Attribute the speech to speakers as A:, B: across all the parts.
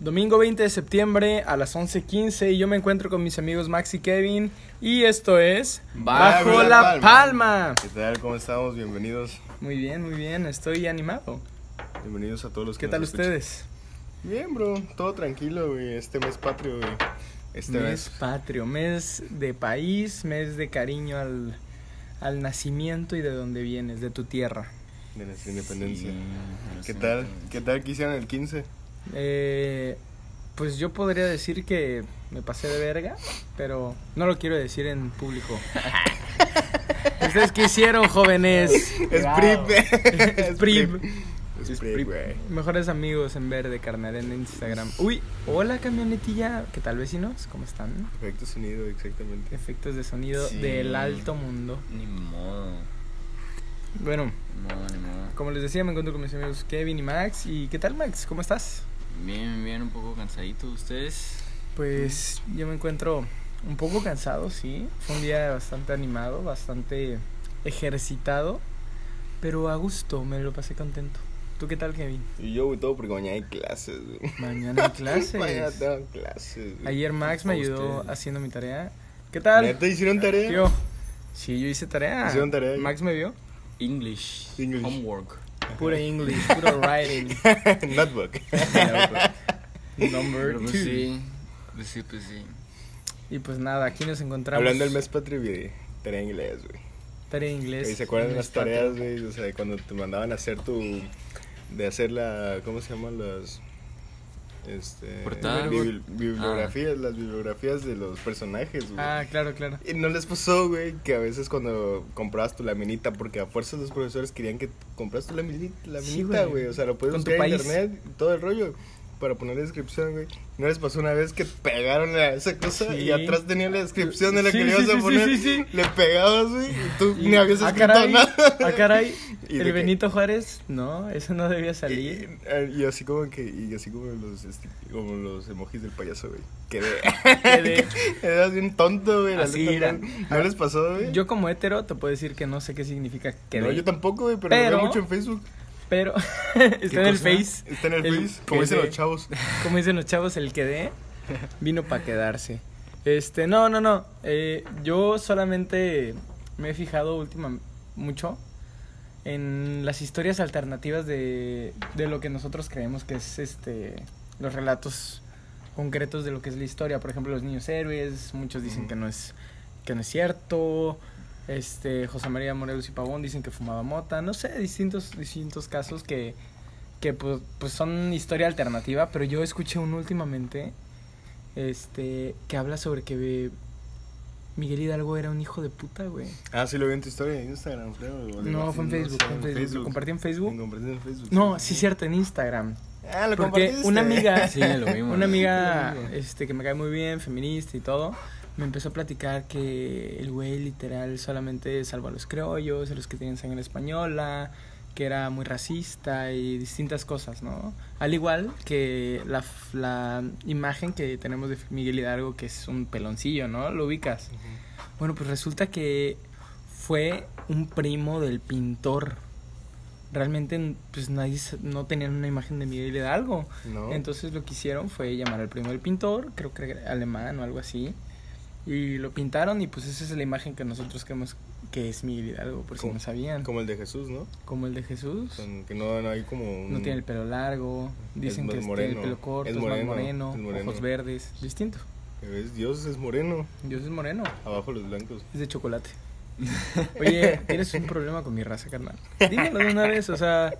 A: Domingo 20 de septiembre a las 11:15 y yo me encuentro con mis amigos Max y Kevin y esto es Bajo,
B: Bajo
A: la,
B: la
A: palma.
B: Palma. ¿Qué tal? ¿Cómo estamos? Bienvenidos.
A: Muy bien, muy bien, estoy animado.
B: Bienvenidos a todos los que
A: ¿Qué tal
B: nos escuchan.
A: ustedes?
B: Bien, bro. Todo tranquilo, güey. Este mes patrio, güey. Este
A: mes
B: mes.
A: patrio, mes de país, mes de cariño al, al nacimiento y de dónde vienes, de tu tierra.
B: de nuestra independencia.
C: Sí,
B: ¿Qué
C: sí,
B: tal?
C: sí.
B: ¿Qué tal que hicieron el 15?
A: Eh, pues yo podría decir que me pasé de verga, pero no lo quiero decir en público. ¿Ustedes qué hicieron, jóvenes?
B: Es PRIP.
A: Es PRIP.
B: Es
A: Pri-
B: PRIP, güey.
A: Mejores amigos en verde, carnal, en Instagram. Uy, hola camionetilla. ¿Qué tal, vecinos? ¿Cómo están?
B: Efecto sonido, exactamente.
A: Efectos de sonido
C: Sí.
A: del alto mundo.
C: Ni modo.
A: Bueno,
C: No, ni modo.
A: como les decía, me encuentro con mis amigos Kevin y Max. ¿Y qué tal, Max? ¿Cómo estás?
C: Bien, bien, un poco cansadito ustedes.
A: Pues yo me encuentro un poco cansado, sí. Fue un día bastante animado, bastante ejercitado, pero a gusto, me lo pasé contento. ¿Tú qué tal, Kevin?
B: Y yo, güey, todo porque mañana hay clases, güey.
A: Mañana hay clases.
B: Mañana tengo clases, güey.
A: Ayer Max me
C: A
A: ayudó
C: ustedes.
A: haciendo mi tarea. ¿Qué tal?
B: ¿Neta hicieron tarea?
A: Tío. Sí, yo hice tarea.
B: Hicieron tarea.
A: Max me vio.
C: English.
B: English.
C: Homework.
A: Puro English, puro writing.
B: Notebook.
A: Number
C: Pero pues
A: two.
C: sí. Pues sí, pues sí.
A: Y pues nada, aquí nos encontramos.
B: Hablando del mes patrio, güey. Tarea en inglés, güey.
A: Tarea en inglés.
B: ¿Y se acuerdan de
A: Inglés
B: las tareas, güey? O sea, cuando te mandaban a hacer tu. de hacer la. ¿Cómo se llaman las. Este.
C: Portada,
B: bibli-
C: güey. Ah.
B: bibliografías, las bibliografías de los personajes, güey.
A: Ah, claro, claro.
B: Y no les pasó, güey, que a veces cuando comprabas tu laminita, porque a fuerzas los profesores querían que compras tu lamini-
A: Sí,
B: laminita,
A: güey.
B: güey. O sea, lo puedes
A: Con tu
B: buscar en
A: país.
B: internet, y todo el rollo, para poner la descripción, güey. ¿No les pasó una vez que pegaron a esa cosa
A: Sí.
B: y atrás tenía la descripción de la
A: Sí,
B: que le
A: sí,
B: ibas
A: sí,
B: a
A: sí,
B: poner?
A: sí, sí.
B: Le pegabas, güey, y tú
A: Y-
B: ni habías
A: ah,
B: escrito
A: caray,
B: nada.
A: Ah, caray.
B: ¿Y de
A: el
B: qué?
A: Benito Juárez, no, eso no debía salir.
B: Y, y así como que, y así como los, este, como los emojis del payaso, güey. Que de-
A: Que de-
B: Eras bien tonto, güey. la
A: Así
B: neta,
A: era.
B: ¿No ¿No les pasó, güey?
A: Yo como hetero te puedo decir que no sé qué significa que
B: no,
A: de,
B: yo tampoco, güey, pero,
A: Pero-
B: lo veo mucho en Facebook.
A: pero está en el
C: cosa?
A: Face,
B: Está en el,
A: El
B: Face, como dicen
A: que-
B: los chavos.
A: como dicen los chavos, el que de vino para quedarse. Este, no, no, no. eh, yo solamente me he fijado última mucho en las historias alternativas de, de lo que nosotros creemos que es este los relatos concretos de lo que es la historia. Por ejemplo, los niños héroes, muchos dicen
B: Ujú.
A: que no es que no es cierto. Este, José María Morelos y Pavón dicen que fumaba mota, no sé, distintos distintos casos que que pues, pues son historia alternativa, pero yo escuché uno últimamente este que habla sobre que Miguel Hidalgo era un hijo de puta, güey.
B: Ah, sí, lo vi en tu historia de Instagram, creo. o de
A: No,
B: Brasil,
A: fue en Facebook,
B: sé,
A: fue en Facebook. ¿Lo compartí en Facebook?
B: Lo compartí en Facebook.
A: No, sí cierto, en Instagram.
B: Ah, lo
A: Porque
B: compartiste.
A: una amiga,
C: Sí, lo vimos.
A: una amiga
B: Sí, lo vimos.
A: este, que me cae muy bien, feminista y todo, me empezó a platicar que el güey literal solamente salvó a los criollos, a los que tienen sangre española, que era muy racista y distintas cosas, ¿no? Al igual que la, f- la imagen que tenemos de Miguel Hidalgo, que es un peloncillo, ¿no? Lo ubicas.
B: Ujú.
A: Bueno, pues resulta que fue un primo del pintor. Realmente, pues nadie, s- no tenían una imagen de Miguel Hidalgo.
B: No.
A: Entonces lo que hicieron fue llamar al primo del pintor, creo que era alemán o algo así, y lo pintaron y pues esa es la imagen que nosotros creemos que es Miguel Hidalgo, por si
B: Como-
A: no sabían. Como,
B: Como el de Jesús, ¿no?
A: el de Jesús,
B: Con- que no, no hay como un...
A: no tiene el pelo largo,
B: Es
A: dicen
B: más
A: que es- tiene
B: moreno,
A: el pelo corto,
B: es
A: es, más
B: moreno,
A: moreno,
B: es moreno.
A: ojos verdes, distinto.
B: ¿Ves? Dios es moreno.
A: Dios es moreno,
B: Abajo los blancos.
A: es de chocolate. Oye, tienes un problema con mi raza, carnal. Dímelo de una vez, o sea,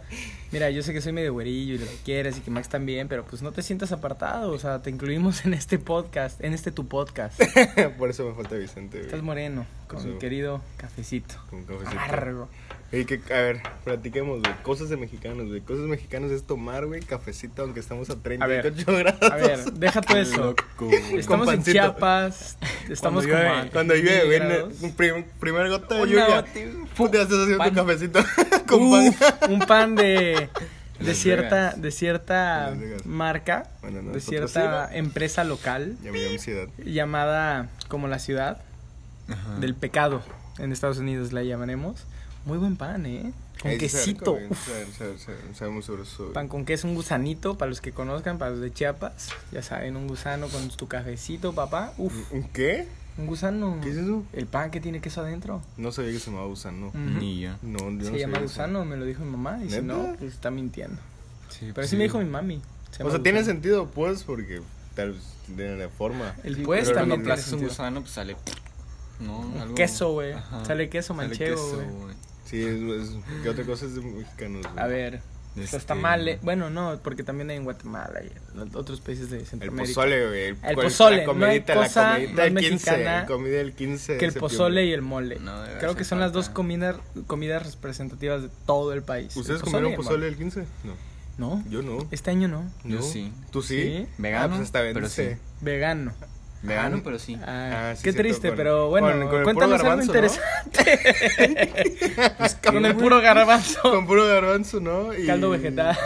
A: mira, yo sé que soy medio güerillo y lo que quieras y que Max también, pero pues no te sientas apartado, o sea, te incluimos en este podcast, en este tu podcast.
B: Por eso me falta Vicente, güey.
A: Estás moreno, con
B: Sí.
A: mi querido cafecito.
B: Con cafecito.
A: Amargo.
B: Y que, a ver, platiquemos, güey. Cosas de mexicanos, güey. Cosas de mexicanos es tomar, güey, cafecito, aunque estamos a 38 grados.
A: A ver, deja todo eso. Estamos en
B: pancito.
A: Chiapas, estamos
C: llueve,
A: como a
B: Cuando llueve,
A: 10
B: güey, ne-
A: grados.
B: un prim- primer gota de
A: Una
B: lluvia.
A: gota-
B: Pum, Te haces haciendo
C: pan.
B: tu cafecito con
A: Uf,
B: pan.
A: Uh, un pan de, de
C: Las
A: cierta,
C: Vegas.
A: de cierta
B: Las Vegas.
A: marca,
B: Bueno, no
A: de
B: es
A: cierta
B: patrocina.
A: empresa local
B: Ya me dio ansiedad.
A: llamada como la ciudad
C: Ajá.
A: del pecado, en Estados Unidos la llamaremos. Muy buen pan, ¿eh? Con
B: Ahí sí se ve
A: quesito.
B: rico, güey,
A: uf,
B: se ve- se ve- se ve- se ve muy sabroso, güey.
A: Pan con queso, un gusanito, para los que conozcan, para los de Chiapas, ya saben, un gusano con tu cafecito, papá. Uf,
B: ¿Un ¿Qué?
A: un gusano.
B: Mm. ¿Qué es eso?
A: El pan que tiene queso adentro.
B: No sabía que se llamaba gusano.
A: Mm. Ujú.
C: Ni yo.
B: No, yo no
A: Se
B: sabía
A: llama
B: eso.
A: gusano, me lo dijo mi mamá, y si no,
B: ¿Neta?
A: pues está mintiendo.
C: Sí,
A: Pero sí me dijo mi mami.
B: O sea, tiene sentido, pues, porque tal vez tiene la forma.
A: El
C: Sí,
A: pues
C: pero
A: también tiene
C: cuando aplastas un
A: sentido.
C: gusano, pues sale. No, algo-
A: queso, güey.
C: Ajá.
A: Sale queso manchego, güey.
B: Sí, es, es- ¿qué otra cosa es de mexicanos? güey?
A: A ver,
C: Este-
A: los tamales. eh, Bueno, no, porque también hay en Guatemala y en otros países de
B: El
A: Centroamérica.
B: pozole, güey. El,
A: El
B: cual-
A: pozole,
B: La
A: no hay
B: comidita,
A: cosa
B: la comidita
A: más
B: del 15.
A: mexicana
B: La comida del 15. de
A: Que el
B: septiembre.
A: pozole y el mole.
C: No, debe
A: Creo
C: hacer
A: que son las dos
C: falta.
A: comidas, comidas representativas de todo el país.
B: ¿Ustedes
A: El
B: comieron
A: y el
B: pozole
A: mole.
B: el 15? No.
A: No,
B: Yo no.
A: este año no.
C: Yo
B: No.
C: sí.
B: ¿Tú sí?
A: Sí.
C: Vegano,
B: Ah, pues hasta
C: pero sí.
B: vence.
A: Vegano.
C: Vegano, pero sí.
A: Ah,
B: Ah, sí,
A: qué
B: cierto,
A: triste,
B: con-
A: pero bueno,
B: con- con el puro
A: cuéntanos algo
B: garbanzo, ¿no?
A: interesante. con el
B: güey.
A: puro garbanzo.
B: Con puro garbanzo, ¿no? Y,
A: Caldo vegetal.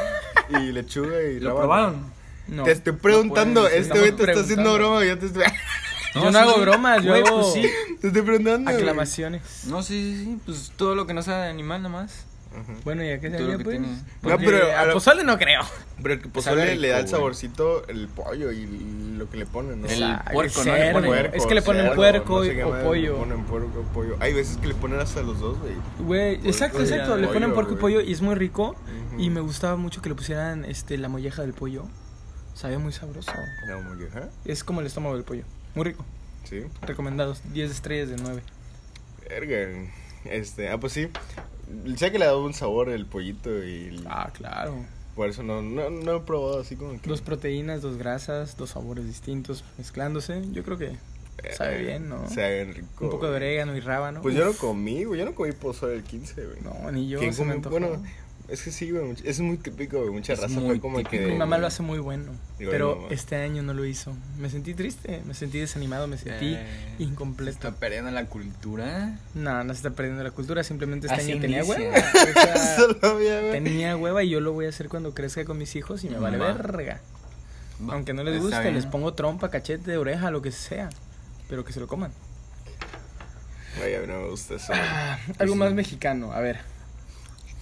B: Y lechuga y
C: ¿Lo
B: rábano.
C: probaron?
A: No.
B: Te estoy preguntando,
C: puedes,
B: este güey te
A: estamos
B: está haciendo
A: preguntando.
B: broma, yo te estoy,
A: Yo no hago bromas, yo
C: Güey,
A: hago-
C: pues sí.
B: te estoy preguntando. güey.
A: Aclamaciones.
C: No, sí, sí, sí. Pues todo lo que no sea de animal, nomás.
B: Ajá.
A: Bueno, ¿y a qué se
C: Todo lo
A: había
C: que
A: pues?
C: tiene. No,
A: Porque
B: pero
A: a
B: a lo-
A: pozole no creo.
B: Pero el que
A: Pues
C: sabe
B: pozole
C: rico,
B: le da el
C: güey.
B: saborcito, el pollo y lo que le ponen, ¿no?
C: El
A: Ah,
C: puerco,
A: el
C: ¿no? Le
A: cerdo.
C: ponen-
A: es que le ponen
B: cerdo,
A: puerco
B: no
A: y-
B: sé qué
A: o
B: más,
A: pollo.
B: Le ponen puerco, pollo. Hay veces que le ponen hasta los dos, güey.
A: Güey, exacto,
B: y
A: exacto. Le
B: pollo,
A: ponen puerco y
B: güey. Mm.
A: pollo y es muy rico.
B: Ujú.
A: Y me gustaba mucho que le pusieran este, la molleja del pollo. Sabía muy sabroso.
B: La molleja,
A: Es como el estómago del pollo. Muy rico.
B: ¿eh? sí.
A: Recomendados. 10 estrellas de 9.
B: Verga. Este, ah, pues sí. Sé que le da un sabor el pollito y el-
A: Ah, claro.
B: por eso no, no, no he probado así como que.
A: Dos proteínas, dos grasas, dos sabores distintos mezclándose. Yo creo que
B: Eh,
A: sabe bien, ¿no?
B: Sabe bien rico.
A: Un poco de orégano y rábano.
B: Pues yo no
A: Uf.
B: comí, güey. Yo no comí pozole el 15, güey.
A: No, ni yo.
B: ¿Quién
A: se me
B: comió?
A: antojó.
B: Bueno, es que sí, güey. much- Es muy típico, güey. Mucha
C: Es
B: raza
C: muy
B: fue como
C: típico.
B: que.
A: Mi mamá lo hace muy bueno,
B: eh, Digo, mi
A: pero
B: mamá.
A: este año no lo hizo. Me sentí triste, me sentí desanimado, me sentí
C: Eh, Se
A: incompleto.
C: está perdiendo la cultura.
A: No, no se está perdiendo la cultura, simplemente este
C: Así
A: año tenía
C: inicia.
A: hueva. o sea,
B: Solo había, güey.
A: tenía hueva y yo lo voy a hacer cuando crezca con mis hijos y me vale
C: Mamá.
A: verga.
C: Va,
A: Aunque no les
C: está
A: guste,
C: bien.
A: les pongo trompa, cachete, oreja, lo que sea, pero que se lo coman.
B: Güey, a mí no me gusta eso.
A: Ah,
C: Pues
A: Algo más mexicano, a ver.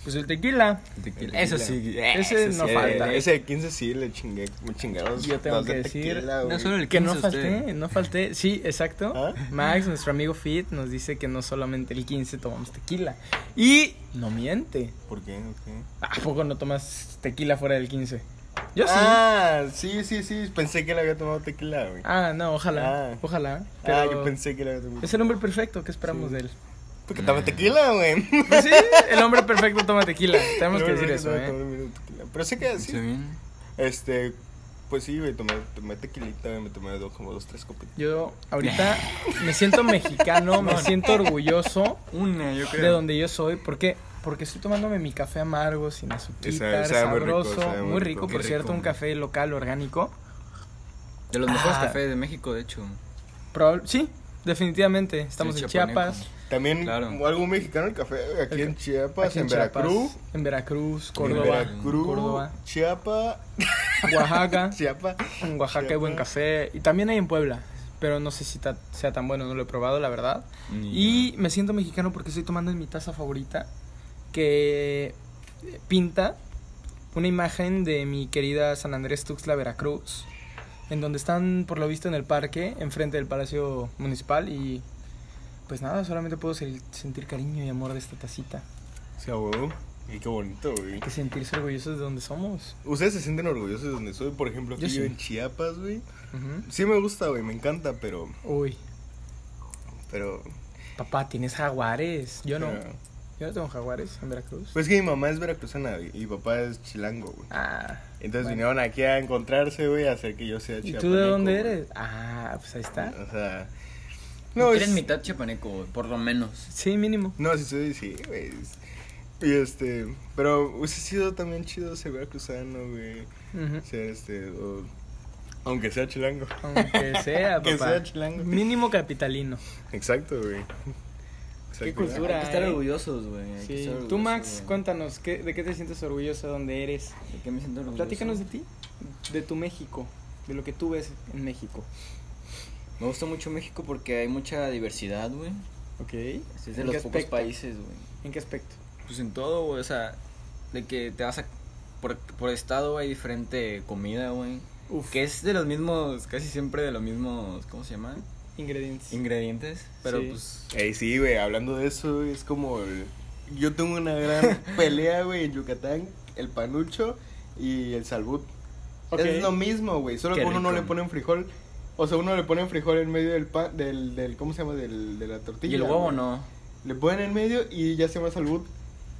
A: Pues el tequila.
C: El tequila.
B: tequila.
C: Eso sí. eh,
A: Ese
C: eso
A: no
C: sí.
B: Eh,
A: falta.
B: Ese de 15 sí le chingué, me chingados.
A: Yo tengo
B: dos de
A: que decir,
B: tequila, güey.
C: No solo el
A: Que
C: 15
A: no
C: usted.
A: falté, no falté. Sí, exacto.
B: ¿Ah?
A: Max, nuestro amigo Fit, nos dice que no solamente el 15 tomamos tequila. Y no miente.
B: ¿Por qué? ¿O qué?
A: ¿A poco no tomas tequila fuera del 15? Yo sí. Ah,
B: Ah, sí, sí, sí. Pensé que le había tomado tequila, güey. Ah,
A: no, ojalá.
B: Ah.
A: Ojalá. Pero
B: yo pensé que le había tomado
A: Es el hombre perfecto, ¿qué esperamos
B: Sí.
A: de él?
B: Porque toma tequila, güey.
A: Pues sí, el hombre perfecto toma tequila. Tenemos
B: No,
A: que
B: no,
A: decir
B: no,
A: eso,
B: no,
A: ¿eh?
B: tomé menos tequila. Pero sé que
C: Está
B: sí.
C: bien.
B: Este, pues sí, güey, tomé, tomé tequilita, güey, me tomé dos, como dos, tres copitas.
A: Yo ahorita me siento mexicano, me siento orgulloso
C: Una, yo creo.
A: de donde yo soy. ¿Por qué? Porque estoy tomándome mi café amargo, sin azuquita,
B: Sabe- sabe muy rico,
A: sabroso,
B: sabe muy
A: muy
B: rico.
A: rico,
C: Qué
A: por
C: rico,
A: cierto, un
C: man.
A: café local, orgánico.
C: De los mejores
A: Ah.
C: cafés de México, de hecho.
A: Probable- sí, definitivamente. Estamos
C: Sí,
A: en
C: chiapaneco.
A: Chiapas.
B: También
C: Claro.
B: algo mexicano el café, güey, aquí
A: El
B: en
A: ca-
B: Chiapas,
A: aquí
B: Pues en,
A: Chiapas,
B: Veracruz.
A: En Veracruz,
B: En
A: Córdoba,
B: Veracruz,
A: Córdoba,
B: Chiapa,
A: Oaxaca.
B: Chiapa.
A: En Oaxaca hay buen
B: Chiapas.
A: café. Y también hay en Puebla. Pero no sé si ta- sea tan bueno, no lo he probado, la verdad. Y me siento mexicano porque estoy tomando en mi taza favorita. Que eh, pinta una imagen de mi querida San Andrés Tuxtla, Veracruz. En donde están, por lo visto, en el parque, enfrente del Palacio Municipal. Y pues nada, solamente puedo se- sentir cariño y amor de esta tacita.
B: Sí, a huevo. Y qué bonito, güey.
A: Hay que sentirse orgullosos de donde somos.
B: ¿Ustedes se sienten orgullosos de donde soy? Por ejemplo, aquí
A: Yo
B: yo,
A: sí.
B: en Chiapas, güey.
A: Ujú.
B: Sí me gusta, güey, me encanta, pero...
A: Uy,
B: pero
A: papá, tienes jaguares. Yo no.
B: pero-
A: Yo no tengo jaguares en Veracruz.
B: Pues que mi mamá es veracruzana güey, y mi papá es chilango, güey.
A: Ah.
B: Entonces
A: bueno.
B: vinieron aquí a encontrarse, güey, a hacer que yo sea
A: ¿Y
B: chiapaneco.
A: tú de dónde
B: güey.
A: eres? Ah, pues ahí está.
B: O sea...
C: No,
B: No,
C: eres
B: es...
C: mitad chiapaneco, güey, por lo menos.
A: Sí, mínimo.
B: No, sí, sí, sí, güey. es- Y este... Pero hubiese sido también chido ser veracruzano, güey.
A: Ujú.
B: Ser este... o- Aunque sea chilango.
A: Aunque sea,
B: Que
A: papá.
B: sea chilango.
A: Mínimo capitalino.
B: Exacto, güey.
A: Qué
B: Exacto.
A: cultura.
C: Hay que estar
A: eh.
C: orgullosos, güey. hay que
A: Sí.
C: estar orgullosos,
A: Tú, Max,
C: güey.
A: cuéntanos, ¿qué- ¿de qué te sientes orgulloso? ¿Dónde eres?
C: ¿De qué me siento orgulloso?
A: Platícanos de ti, de tu México, de lo que tú ves en México.
C: Me gusta mucho México porque hay mucha diversidad, güey.
A: ¿Ok? ¿En
C: Es de los
A: qué
C: pocos
A: aspecto?
C: países, güey.
A: ¿En qué aspecto?
C: pues en todo, güey. O sea, de que te vas a. Por, por estado hay diferente comida, güey.
A: Uf.
C: Que es de los mismos, casi siempre de los mismos, ¿cómo se llaman?
A: Ingredientes.
C: Ingredientes. Pero
A: Sí.
C: pues.
B: Ey, sí, güey, hablando de eso, güey, es como. el- Yo tengo una gran pelea, güey, en Yucatán, el panucho y el salbut.
A: Ok.
B: Es lo mismo, güey, solo
C: Qué
B: que uno no
C: rico.
B: le ponen frijol. O sea, uno le ponen frijol en medio del pan, del, del, ¿cómo se llama? Del, de la tortilla.
C: Y el huevo
B: güey.
C: no.
B: Le ponen en medio y ya se llama salbut.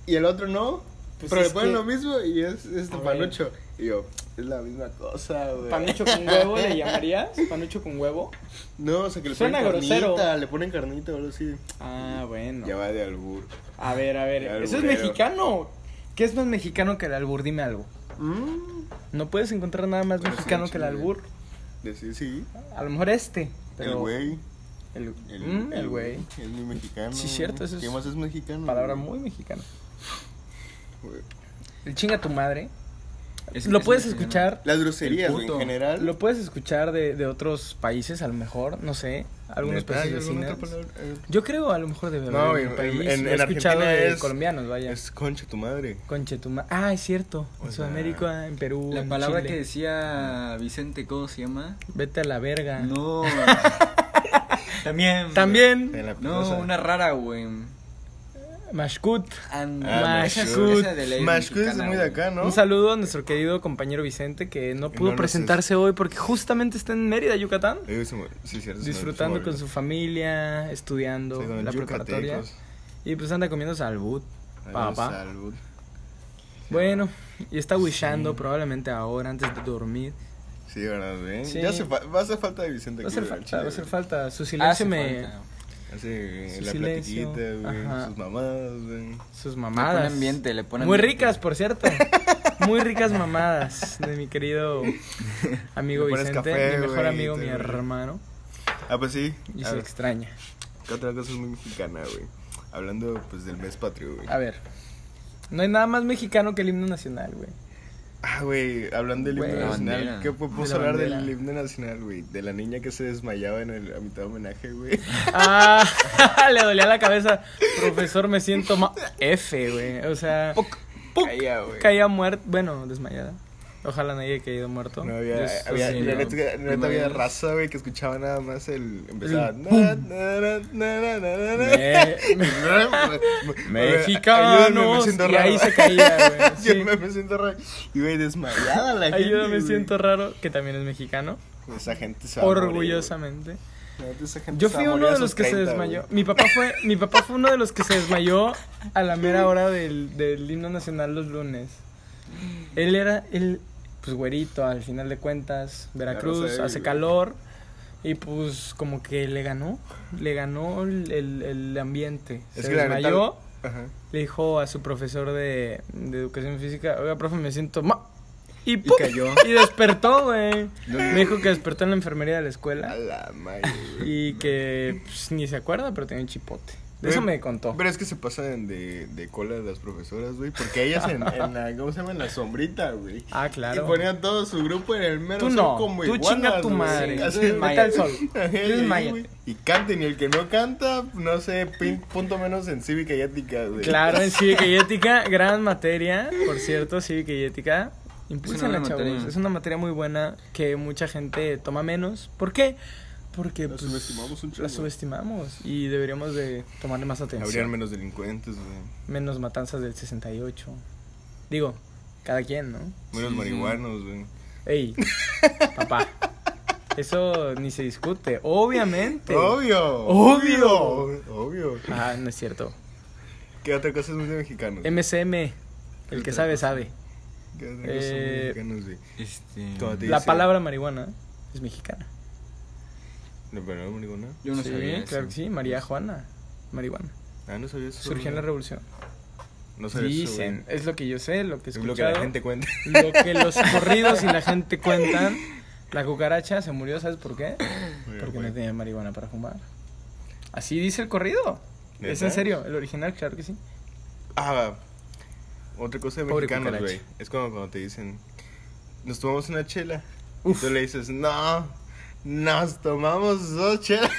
B: Y el otro no,
A: Pues
B: pero
A: es
B: le ponen
A: que-
B: lo mismo y es este
A: A ver.
B: panucho. Y yo, es la misma cosa, güey.
A: ¿Panucho con huevo le llamarías? ¿Panucho con huevo?
B: No, o sea, que le
A: Suena
B: ponen
A: grosero.
B: carnita, le ponen carnita o algo así.
A: Ah, bueno.
B: Ya va de albur.
A: A ver, a ver.
B: El
A: Eso es
B: alburero.
A: mexicano. ¿Qué es más mexicano que el albur? Dime algo.
B: Mm.
A: No puedes encontrar nada más
B: Pero sí,
A: mexicano que el
B: sí.
A: albur.
B: Decir sí.
A: A lo mejor este. Pero
B: El güey.
A: El, mm, el,
B: El,
A: güey.
B: Es muy mexicano.
A: Sí, cierto, eso
B: ¿Qué
A: es
B: más es mexicano?
A: Palabra
B: güey?
A: muy mexicana.
B: Güey.
A: El chinga tu madre.
C: Es-
A: lo
C: es
A: puedes
C: mexicano.
A: escuchar.
B: Las groserías,
C: El
B: güey, en
C: puto.
B: general.
A: Lo puedes escuchar de, de otros países, a lo mejor. No sé. Algunos
B: ¿Neta? ¿Hay
A: países
B: alguna
A: vecinos.
B: otra palabra? Eh,
A: Yo creo a lo mejor de verdad.
B: No,
A: en,
B: en-
A: mi país.
B: en-
A: Lo
B: en
A: he escuchado
B: Argentina
A: de
B: es-
A: colombianos, vaya.
B: Es concha tu madre.
A: Conchetuma. Ah, es cierto.
B: O
A: En
B: sea,
A: Sudamérica, en Perú.
C: La
A: en
C: palabra
A: Chile.
C: que decía Vicente, ¿cómo se llama?
A: Vete a la verga.
C: No. También.
B: Te
A: También.
B: la
C: No,
B: pasas.
C: una rara, güey.
A: Mashkut.
B: Ah,
A: Mashkut.
C: Esa es-
B: Mashkut.
C: esa de ley
B: Mashkut es
C: mexicana,
B: muy de
C: güey.
B: acá, ¿no?
A: Un saludo a nuestro querido compañero Vicente que no
B: No
A: pudo
B: nos
A: presentarse hoy porque justamente está en Mérida, Yucatán.
B: Eh, se me- Sí, cierto. se me- se
A: disfrutando
B: me
A: con su
B: olvidó.
A: familia, estudiando
B: Sí, con
A: la
B: el
A: preparatoria.
B: yucatecos.
A: Y pues anda comiendo salbut.
B: Ay,
A: Papá.
B: Ah, salud.
A: Bueno, y está wishando
B: Sí.
A: probablemente ahora antes de dormir.
B: Sí, verdad, güey.
A: Sí.
B: Ya hace fa- va a hacer falta de Vicente.
A: Va a hacer
B: aquí, güey,
A: falta, va a hacer
B: chile,
A: falta. Su
C: Ah, Hace
A: silencio me.
C: falta.
B: güey. Hace
A: Su
B: eh, la
A: silencio.
B: platiquita, güey.
A: Ajá.
B: Sus mamadas, güey.
A: Sus
C: Le
A: mamadas.
C: pone ambiente, le pone
A: Muy
C: ambiente.
A: ricas, por cierto. Muy ricas mamadas de mi querido amigo
B: Le pones
A: Vicente,
B: café,
A: mi mejor
B: güey,
A: amigo,
B: te-
A: mi hermano.
B: Ah, pues sí.
A: Y
B: A
A: se
B: ver.
A: extraña.
B: ¿Qué otra cosa es muy mexicana, güey? Hablando, pues, del mes patrio, güey.
A: A ver, no hay nada más mexicano que el himno nacional, güey.
B: Ah, güey, hablando del
A: Güey,
B: himno
A: la
B: nacional,
C: bandera.
B: ¿qué podemos
A: De la
B: hablar del
A: bandera.
B: himno nacional, güey? De la niña que se desmayaba en el a mitad de homenaje, güey.
A: Ah, le dolía la cabeza. Profesor, me siento ma F, güey. O sea, ¡puc!
B: Caía, güey.
A: caía muerta. Bueno, desmayada. Ojalá nadie haya caído muerto.
B: No había,
A: Dios,
B: había,
C: sí,
B: la
C: no.
B: neta- la neta
C: No
B: había
C: había-
B: raza, güey, que escuchaba nada más el... Empezaba...
A: El
B: na,
A: pum.
B: na, na, na, na, na, na.
A: Me- me-
B: Ayúdame, me
A: Mexicanos.
B: siento
A: Y ahí
B: raro.
A: se caía, güey. Sí.
B: Ayúdame, me siento raro. Y, güey, desmayada la gente,
A: Ayúdame,
B: güey.
A: siento raro, que también es mexicano.
B: Esa gente se va a morir,
A: Orgullosamente.
B: güey. La neta, esa gente
A: Yo
B: se va
A: fui
B: a
A: uno
B: morir a
A: de
B: sus
A: los que se
B: 30,
A: desmayó.
B: güey.
A: Mi papá fue, mi papá fue uno de los que se desmayó a la mera hora del, del himno nacional los lunes. Él era el pues güerito, al final de cuentas, Veracruz,
B: sé,
A: hace
B: güey.
A: calor y pues como que le ganó, le ganó el, el- el ambiente.
B: Es
A: se
B: que la neta-
A: desmayó,
B: Ajá.
A: le dijo a su profesor de, de educación física, oiga, profe, me siento ma y,
C: Y
A: ¡pum!
C: cayó.
A: y despertó, güey. Me dijo que despertó en la enfermería de la escuela.
B: A la madre, güey.
A: Y que pues, ni se acuerda, pero tenía un chipote. De eso
B: Güey,
A: me contó.
B: Pero es que se pasan de, de cola las profesoras, güey. Porque ellas en, en la, ¿cómo se llama? En la sombrita, güey.
A: Ah, claro.
B: Y ponían todo su grupo en el mero
A: Tú
B: sol
A: no,
B: como
A: tú
B: iguanas,
A: chinga tu
B: güey.
A: madre.
B: Así,
A: Tú desmayate al sol.
B: Ajá,
A: Tú
B: y ahí,
A: desmayate.
B: güey. Y canten, y el que no canta, no sé, pin- punto menos en cívica y ética, güey.
A: Claro, en cívica y ética, gran materia, por cierto, cívica y ética. Impulsenla,
C: buena
A: chavos.
C: materia.
A: Es una materia muy buena que mucha gente toma menos. ¿Por qué? Porque
B: La
A: pues,
B: subestimamos un chingo.
A: La subestimamos y deberíamos de tomarle más atención.
B: Habrían menos delincuentes, güey.
A: Menos matanzas del 68. Digo, cada quien, ¿no?
B: Menos
C: Sí.
B: marihuanos, güey.
A: Ey, papá. Eso ni se discute. Obviamente.
B: Obvio.
A: Obvio.
B: Obvio.
A: Ah, Em, no es cierto.
B: ¿Qué otra cosa es muy de mexicanos?
A: MCM, el que sabe, sabe.
B: ¿Qué otra cosa es muy de
A: eh,
B: mexicanos, güey?
C: Este.
B: Como te-
A: La
B: Sí.
A: palabra marihuana es mexicana.
B: No, pero no, ninguna.
C: Yo no
A: Sí,
C: sabía. eso.
A: Claro que sí, María Juana, marihuana.
B: Ah, no sabía eso.
A: Surgió en la
B: güey.
A: revolución.
B: No sabía
A: Dicen,
B: eso.
A: es lo que yo sé, lo que he escuchado.
B: güey. Es lo que la gente cuenta.
A: lo que los corridos y la gente cuentan. La cucaracha se murió, ¿sabes por qué? Porque no tenía marihuana para fumar. Así dice el corrido. Es
B: ¿Neta?
A: en serio, el original, claro que sí.
B: Ah, otra cosa de
A: Pobre
B: mexicanos,
A: cucaracha.
B: güey. Es como cuando te dicen, nos tomamos una chela.
A: Uf.
B: Y tú le dices, no, nos tomamos dos chelas.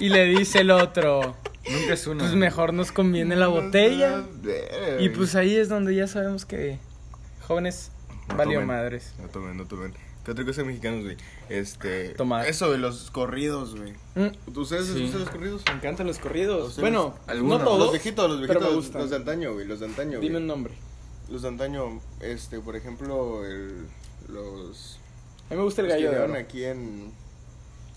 A: Y le dice el otro,
C: Nunca es uno.
A: Pues mejor nos conviene la botella.
B: Joder,
A: Y pues ahí es donde ya sabemos que jóvenes
B: No
A: valió
B: tomen.
A: madres.
B: No tomen, no tomen. ¿Qué otra cosa de mexicanos, güey? Este.
A: Tomar.
B: Eso de los corridos, güey.
A: Mm,
B: ¿Ustedes les
C: Sí.
B: gustan los corridos?
A: Me encantan los corridos.
B: ¿Ustedes?
A: Bueno,
C: Algunos.
A: no
B: Los
A: todos.
B: viejitos, los
A: pero me
B: viejitos. Los,
A: gustan.
B: de antaño, güey. Los de antaño,
A: Dime
B: güey.
A: un nombre.
B: Los de antaño, este, por ejemplo, el, los.
A: A mí me gusta el
B: los que
A: gallo de
B: llevan
A: oro.
B: aquí en.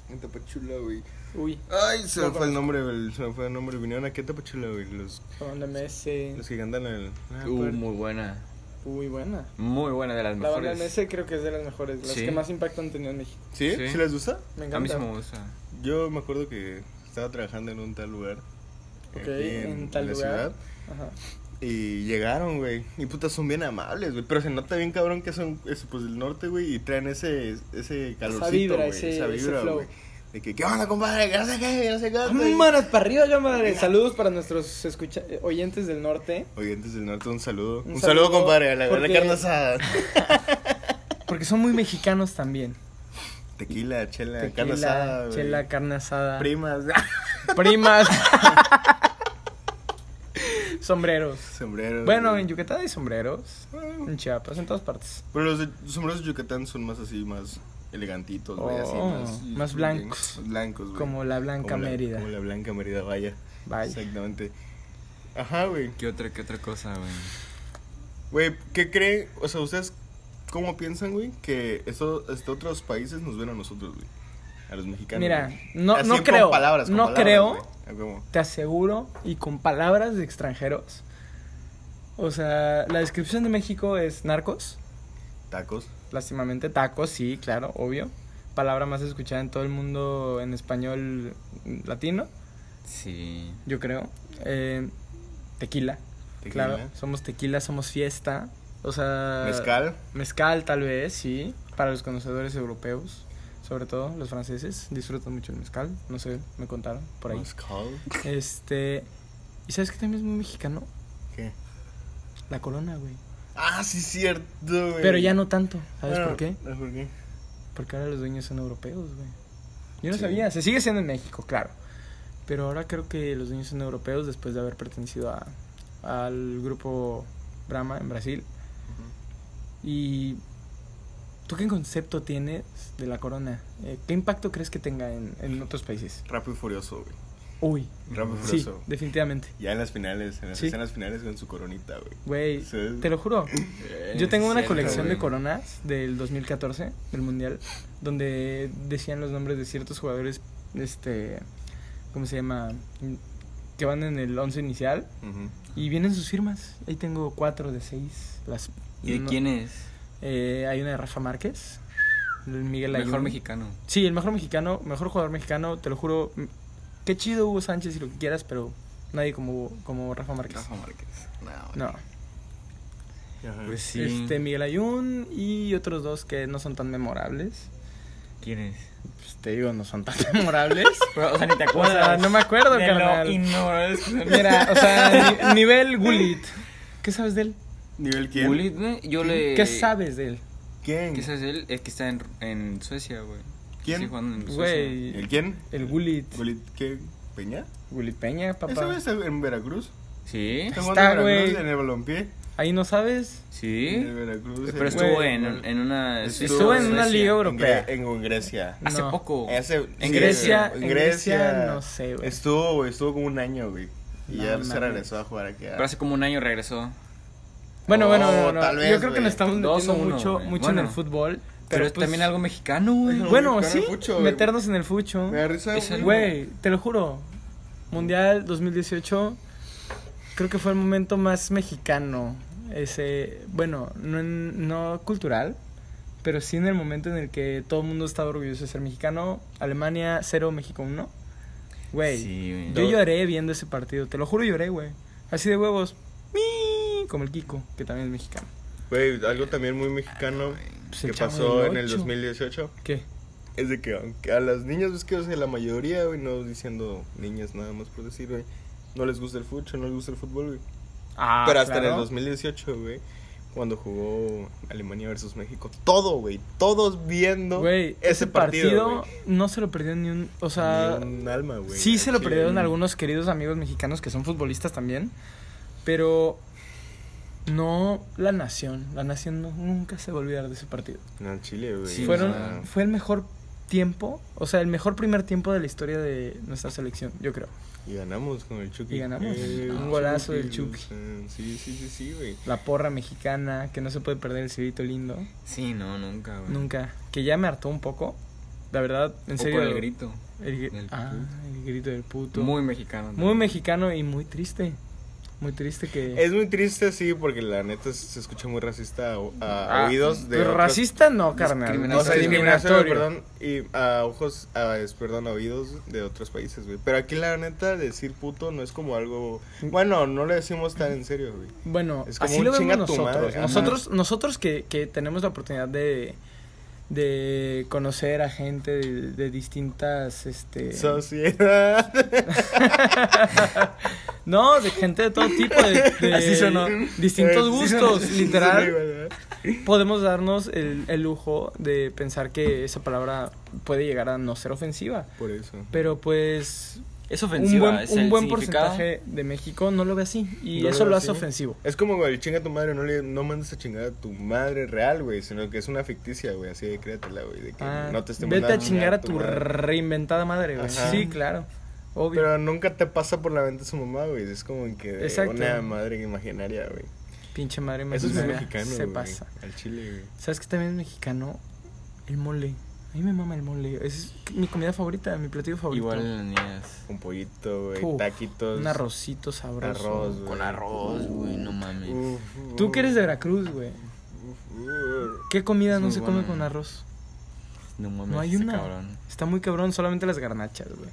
B: En Tapachula, güey.
A: Uy,
B: Ay, se
A: No
B: me fue
A: conozco.
B: el nombre, güey. Se me fue el nombre. Vinieron aquí a Tapachula, güey. Los,
A: póndame ese.
B: los que cantan el. Ah,
C: Uh,
B: padre.
C: muy buena.
A: Uy, buena.
C: Muy buena de las
A: La banda
C: mejores.
A: MS creo que es de las mejores, las
C: Sí.
A: que más impacto han tenido en México.
B: ¿Sí?
C: Sí.
B: ¿Sí? les gusta?
A: Me
C: A mí sí
A: encanta.
C: me gusta.
B: Yo me acuerdo que estaba trabajando en un tal lugar.
A: Ok,
B: aquí
A: en tal
B: la
A: lugar.
B: ciudad,
A: Ajá.
B: y llegaron, güey. Y puta, son bien amables, güey. Pero se nota bien cabrón que son es, pues, del norte, güey. Y traen ese, ese calorcito,
A: vibra,
B: güey,
A: ese-
B: esa
A: ese
B: vibra,
A: flow. Ah,
B: güey. De que, ¿qué onda, compadre? Que no sé qué, que no sé qué. güey.
A: Manos para arriba, ya madre. Saludos para nuestros escucha eh, oyentes del norte.
B: Oyentes del norte, un saludo.
A: Un
B: Un, saludo,
A: saludo,
B: compadre. A la, a la
A: porque-
B: carne asada.
A: Porque son muy mexicanos también.
B: Tequila, chela, carne
A: Tequila,
B: asada, güey.
A: chela, carne asada.
B: Primas.
A: primas. sombreros.
B: sombreros.
A: Bueno,
B: güey. Ah.
A: en Yucatán hay sombreros. En Chiapas, en todas partes.
B: Pero los, de, los sombreros de Yucatán son más así, más elegantitos, güey, así,
A: Oh,
B: más,
A: más blancos.
B: Blancos, Pues, güey.
A: Como la Blanca
B: Como la-
A: Mérida.
B: Como la Blanca Mérida, vaya.
A: Vaya.
B: Exactamente. Ajá, güey.
C: ¿Qué otra, qué otra cosa, güey?
B: Güey, ¿qué creen? O sea, ¿ustedes cómo piensan, güey? Que esto, este, otros países nos ven a nosotros, güey. A los mexicanos.
A: Mira,
B: güey.
A: no-
B: Así
A: no
B: con
A: creo,
B: palabras, con
A: no
B: palabras,
A: creo.
B: güey. Ah, ¿Cómo?
A: Te aseguro, y con palabras de extranjeros. O sea, la descripción de México es narcos.
B: Tacos.
A: Lástimamente tacos, sí, claro, obvio. Palabra más escuchada en todo el mundo en español mm, latino,
C: Sí.
A: yo creo. Eh, tequila,
B: Tequila.
A: claro. Somos tequila, somos fiesta. O sea...
B: Mezcal.
A: Mezcal tal vez, sí. Para los conocedores europeos, sobre todo los franceses, disfrutan mucho el mezcal. No sé, me contaron por ahí.
B: Mezcal.
A: Este... ¿Y sabes qué también es muy mexicano?
B: ¿Qué?
A: La corona, güey.
B: Ah, sí, cierto, güey.
A: Pero ya no tanto. ¿Sabes
B: Bueno,
A: por qué?
B: ¿sabes por qué?
A: Porque ahora los dueños son europeos, güey. Yo no
B: Sí.
A: sabía, se sigue siendo en México, claro. Pero ahora creo que los dueños son europeos después de haber pertenecido a, al grupo Brahma en Brasil. Y tú qué concepto tienes de la corona? Eh, ¿Qué impacto crees que tenga en, en otros países?
B: Rápido y furioso, güey.
A: Uy,
B: Rápido y
A: Mm, sí,
B: furioso.
A: definitivamente.
B: Ya en las finales, en las
A: Sí.
B: escenas finales con su coronita, güey.
A: Güey,
B: Sí.
A: te lo juro.
C: Eh,
A: Yo tengo una
C: cierto,
A: colección de
C: güey.
A: coronas del 2014, del Mundial, donde decían los nombres de ciertos jugadores, este, ¿cómo se llama? Que van en el 11 inicial
B: Ujú.
A: y vienen sus firmas. Ahí tengo cuatro de seis. Las,
C: ¿Y de
A: no-
C: quién es?
A: Eh, hay una de Rafa Márquez, el Miguel
C: Mejor
A: Ayun.
C: mexicano.
A: Sí, el mejor mexicano, mejor jugador mexicano, te lo juro. m- Qué chido Hugo Sánchez y lo que quieras, pero nadie como, como Rafa Márquez.
C: Rafa Márquez.
A: No.
B: No. Ajá.
C: Pues sí.
A: Este, Miguel Ayun y otros dos que no son tan memorables.
C: ¿Quién es?
A: Pues te digo, no son tan memorables.
C: o sea, ni te
A: o sea, no me acuerdo, carnal. Mira, o sea, ni- nivel Gulit. ¿Qué sabes de él?
B: ¿Nivel quién?
C: Gullit, güey, yo le...
A: ¿Qué sabes de él?
B: ¿Quién?
C: ¿Qué sabes de él? Es que está en, en Suecia, güey.
B: ¿Quién?
C: Sí, jugando en Suecia.
A: Güey.
B: ¿El quién?
A: El Gulit.
B: Gulit- ¿Qué? ¿Peña?
A: Gulit Peña,
B: ¿Esa
A: papá.
B: vez en Veracruz?
C: Sí.
B: ¿Está
A: Ahí
B: jugando en
A: está,
B: Veracruz
A: güey.
B: en el balompié?
A: Ahí no sabes.
C: Sí.
B: En el Veracruz. eh, en-
C: Pero estuvo
A: Güey,
C: en, en una...
B: Estuvo
A: Estuvo en una
C: Suecia.
A: liga
B: en
A: europea.
B: Gre- En, Grecia.
C: Hace
A: No.
C: poco.
B: Hace- sí,
A: Grecia,
B: güey,
A: en Grecia, no sé, güey.
B: Estuvo, güey, estuvo como un año, güey. Y
A: No
B: ya se
A: mames.
B: regresó a jugar aquí. ah. a-
C: Pero hace como un año regresó.
A: Bueno,
B: Oh,
A: bueno, no, no,
B: tal
A: yo
B: vez,
A: creo que
B: güey.
A: nos estamos
C: Dos
A: metiendo
C: o uno,
A: mucho,
C: güey.
A: mucho en
C: Bueno.
A: el fútbol.
C: Pero,
A: Pero,
C: es
A: pues,
C: también algo mexicano, güey.
B: Ajá.
A: Bueno,
B: mexicano
A: sí,
B: el fucho, güey.
A: meternos en el fucho.
B: Me da risa,
C: Es el-
A: Güey, te lo juro. Mundial 2018, creo que fue el momento más mexicano. Ese, bueno, no, en- no cultural, pero sí en el momento en el que todo el mundo estaba orgulloso de ser mexicano. Alemania 0, México 1. Güey,
C: Sí, güey.
A: yo lloré viendo ese partido. Te lo juro, lloré, güey. Así de huevos. ¡Mii! Como el Kiko, que también es mexicano.
B: Güey, algo también muy mexicano
A: Pues el
B: que
A: Chavo
B: pasó
A: del
B: en el
A: Ocho.
B: 2018
A: ¿Qué?
B: es de que aunque a las niñas, es que o sea, la mayoría, güey, no diciendo niñas nada más por decir, güey, no les gusta el fucho, no les gusta el fútbol, güey.
A: Ah,
B: Pero hasta en
A: claro.
B: el 2018, güey, cuando jugó Alemania versus México. Todo, güey. Todos viendo
A: Güey,
B: ese, partido. güey.
A: no se lo perdió ni un. O sea,
B: Ni un alma, güey.
A: sí se lo
B: Chile.
A: perdieron algunos queridos amigos mexicanos que son futbolistas también. Pero no la nación. La nación no- nunca se va a olvidar de ese partido.
B: No, Chile, güey.
C: Sí,
A: Fueron,
C: o sea-
A: Fue el mejor tiempo, o sea, el mejor primer tiempo de la historia de nuestra selección, yo creo.
B: Y ganamos con el Chucky.
A: Y ganamos. Un
B: no,
A: golazo del Chucky.
B: o sea, Sí, sí, sí, sí, güey.
A: La porra mexicana, que no se puede perder el cirito lindo.
C: Sí, no, nunca, güey.
A: Nunca. Que ya me hartó un poco. La verdad, en
C: O
A: serio.
C: por el grito.
A: El, gri-
C: del
A: ah, el grito del puto.
C: Muy mexicano.
A: Muy
C: también.
A: mexicano y muy triste. Muy triste que.
B: Es muy triste, sí, porque la neta se escucha muy racista a, a
C: Ah,
B: oídos de.
A: Pero
B: otras-
A: Pues racista no, carnal.
C: Discriminatorio.
B: O sea, discriminatorio,
A: discriminatorio.
B: perdón. Y a ojos, a, es- perdón, a oídos de otros países, güey. Pero aquí la neta, decir puto no es como algo. Bueno, no le decimos tan en serio, güey.
A: Bueno,
B: Es como
A: así
B: un
A: lo vemos
B: chinga tu
A: nosotros.
B: madre, ajá.
A: Nosotros, nosotros que, que tenemos la oportunidad de, de conocer a gente de, de distintas, este...
B: Sociedad.
A: no, de gente de todo tipo, de, de
C: Así sonó.
B: Eh,
A: distintos gustos, literal.
B: literal.
A: podemos darnos el, el lujo de pensar que esa palabra puede llegar a no ser ofensiva.
B: Por eso.
A: Pero pues
C: Es
A: un
C: ofensiva.
A: buen,
C: es
A: un
C: el
A: buen
C: significado.
A: porcentaje de México no lo ve así y
B: No
A: eso
B: veo
A: lo hace
B: así.
A: ofensivo.
B: Es como, güey, el chinga tu madre, no, le, no mandes a chingar a tu madre real, güey, sino que es una ficticia, güey, así de créatela, güey, de que
A: Ah,
B: no te esté
A: vete a
B: mandando
A: chingar a tu
B: madre.
A: reinventada madre, güey.
B: Ajá.
A: Sí, claro. Obvio.
B: Pero nunca te pasa por la mente su mamá, güey, es como que de
A: Exacto.
B: una madre imaginaria, güey.
A: Pinche madre
B: Eso es muy
A: imaginaria,
B: mexicano,
A: Se
B: güey,
A: pasa.
B: Al chile, güey.
A: ¿Sabes que también es mexicano? El mole. A mí me mama el mole. Es mi comida favorita, mi platillo favorito.
C: Igual en las niñas.
B: Un pollito, güey,
A: Uf,
B: taquitos.
A: Un arrocito sabroso.
B: Arroz, güey.
C: Con arroz, güey, no mames.
B: Uf,
A: Tú que eres de
B: uf,
A: Veracruz, güey.
B: uf, uf.
A: ¿Qué comida
C: Es
A: no
C: muy
A: se come
C: buena.
A: con arroz?
C: No mames,
A: No hay
C: ese
A: una.
C: cabrón.
A: Está muy cabrón, solamente las garnachas, güey.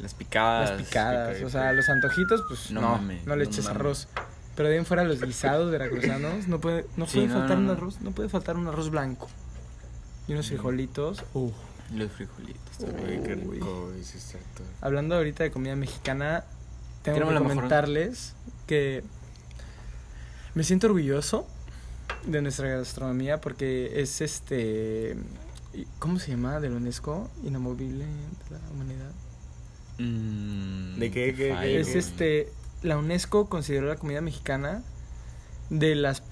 C: Las picadas.
A: Las picadas, o
B: picaditas.
A: sea, los antojitos, pues no,
C: No
A: no,
C: mames,
A: le
C: no
A: eches
C: mames.
A: arroz. Pero de ahí en fuera los guisados veracruzanos, no puede, no
C: Sí,
A: puede
C: no,
A: faltar
C: no,
A: un
C: no. Mm.
A: arroz, no puede faltar un arroz blanco. Y unos frijolitos.
C: Uh.
A: Uf.
C: Los frijolitos.
B: Este Güey, qué
A: Uy.
B: rico, güey, sí, es cierto.
A: Hablando ahorita de comida mexicana, tengo
C: Tírame
A: que
C: la mejor.
A: comentarles que me siento orgulloso de nuestra gastronomía porque es este y- ¿cómo se llama? de la UNESCO, inamovible de la humanidad.
C: Mm,
B: ¿De qué, qué,
C: fallo,
B: qué,
A: Es
C: güey.
A: este la UNESCO consideró la comida mexicana de las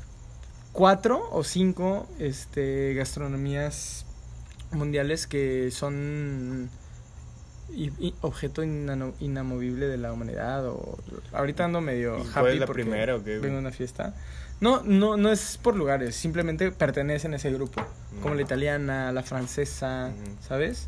A: cuatro o cinco este gastronomías mundiales que son i- i- objeto inano- inamovible de la humanidad o ahorita ando medio
B: ¿Y
A: happy
B: cuál es la
A: porque
B: primera o qué, güey?
A: vengo a una fiesta no no no es por lugares simplemente pertenecen a ese grupo como
B: Mm.
A: la italiana la francesa
B: Ujú.
A: sabes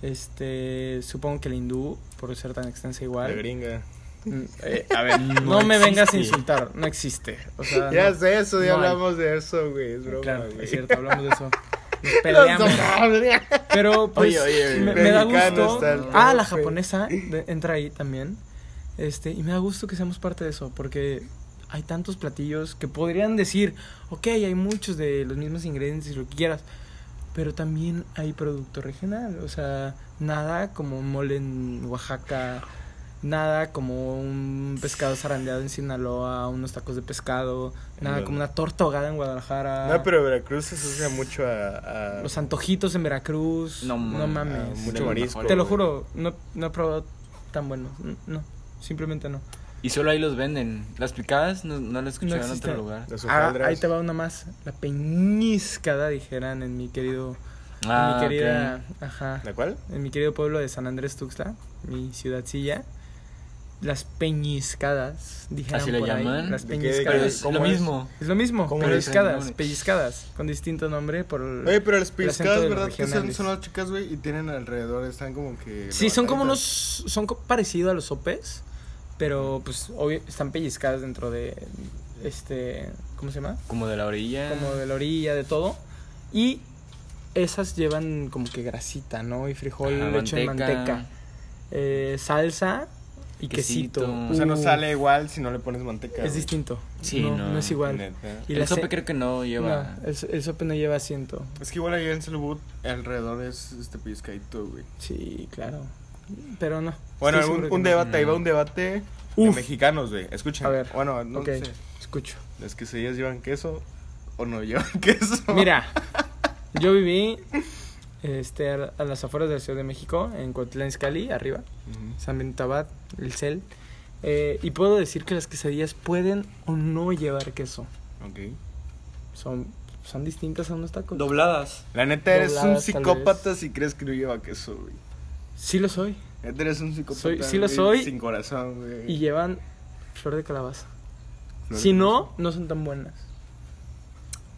A: este supongo que la hindú por ser tan extensa
B: La
A: igual
B: gringa.
A: Mm, eh, a ver, no, me
C: existe.
A: vengas a insultar, no existe. O sea,
B: Ya
A: no.
B: sé eso, ya
A: no hay.
B: hablamos de eso, güey. Es broma,
A: Claro,
B: güey.
A: es cierto, hablamos de eso. Nos peleamos. Pero pues
C: Oye, oye, oye,
A: me, me da
B: mexicano
A: gusto.
B: está el
A: Ah, la
B: profe.
A: japonesa de- entra ahí también. Este, y me da gusto que seamos parte de eso, porque hay tantos platillos que podrían decir, ok, hay muchos de los mismos ingredientes y lo que quieras, pero también hay producto regional, o sea, nada como un mole en Oaxaca, nada como un pescado zarandeado en Sinaloa, unos tacos de pescado, nada
B: Ándale.
A: como una torta ahogada en Guadalajara.
B: No, pero Veracruz se asocia mucho a. a-
A: ah, Los antojitos en Veracruz. No,
C: No mames. Ah,
B: a
A: mames.
B: mucho
C: Sí,
B: marisco.
A: Te lo
B: güey.
A: juro, no, no he probado tan bueno. N- No, simplemente no.
C: Y solo ahí los venden. Las picadas no, no las escuchaba en
A: existen.
C: otro lugar.
B: Las
A: Ah,
B: hojaldras.
A: ahí te va una más. La peñiscada, dijeran en mi querido. en
C: Ah,
A: mi querida.
C: ok.
A: Ajá.
B: ¿La cual?
A: En mi querido pueblo de San Andrés Tuxtla, mi ciudadcilla. Las peñiscadas, dijeran
C: Así le
A: por ahí,
C: llaman.
A: Las
B: ¿De qué?
A: peñiscadas.
C: Pero
B: Pero,
C: es
B: ¿cómo
C: lo
B: es?
C: mismo.
A: Es lo mismo,
B: ¿Cómo
C: le dicen?
A: pellizcadas, pellizcadas, con distinto nombre por...
B: Oye, pero las
A: acento
B: pellizcadas,
A: de los
B: ¿verdad? Que son,
A: regionales.
B: son las chicas, güey, y tienen alrededor, están como que.
A: Sí, son como unos.
B: levantaditas.
A: Son co- parecido a los sopes, pero pues obvio, están pellizcadas dentro de. Este. ¿Cómo se llama?
C: Como de la orilla.
A: Como de la orilla, de todo. Y esas llevan como que grasita, ¿no? Y frijol
C: Ajá,
A: hecho en manteca. Eh, salsa y quesito.
C: Quesito.
B: O sea, no
A: Uh,
B: sale igual si no le pones manteca.
A: Es
B: güey.
A: distinto.
C: Sí,
A: no,
C: no.
A: no es igual.
B: Neta.
A: Y la
C: el sope
A: ce-
C: creo que no lleva.
A: No, el, so- el sope no lleva asiento.
B: Es que igual ahí en Salubut alrededor es este pellizcadito, güey.
A: Sí, claro. Pero no.
B: Bueno,
A: Estoy
B: un,
A: seguro
B: un
A: que no.
B: debate, ahí va un debate
A: Uf.
B: de mexicanos, güey. Escuchen.
A: A ver.
B: Bueno, no
A: Ok,
B: sé.
A: escucho.
B: Las quesadillas llevan queso o no llevan queso.
A: Mira, yo viví este, a a las afueras de la Ciudad de México, en Coatlán Cali, arriba,
B: Ujú.
A: San Benito Abad, el CEL. eh, y puedo decir que las quesadillas pueden o no llevar queso.
B: Ok.
A: Son, son distintas a unos tacos.
D: Dobladas.
B: La neta eres un
A: Dobladas, tal
B: psicópata
A: vez.
B: si crees que no lleva queso, güey.
A: Sí lo soy.
B: Neta eres un psicópata.
A: Soy- sí lo
B: güey,
A: soy.
B: Sin corazón, güey.
A: Y llevan flor de calabaza.
B: Flor
A: Si
B: de
A: no, no son tan buenas.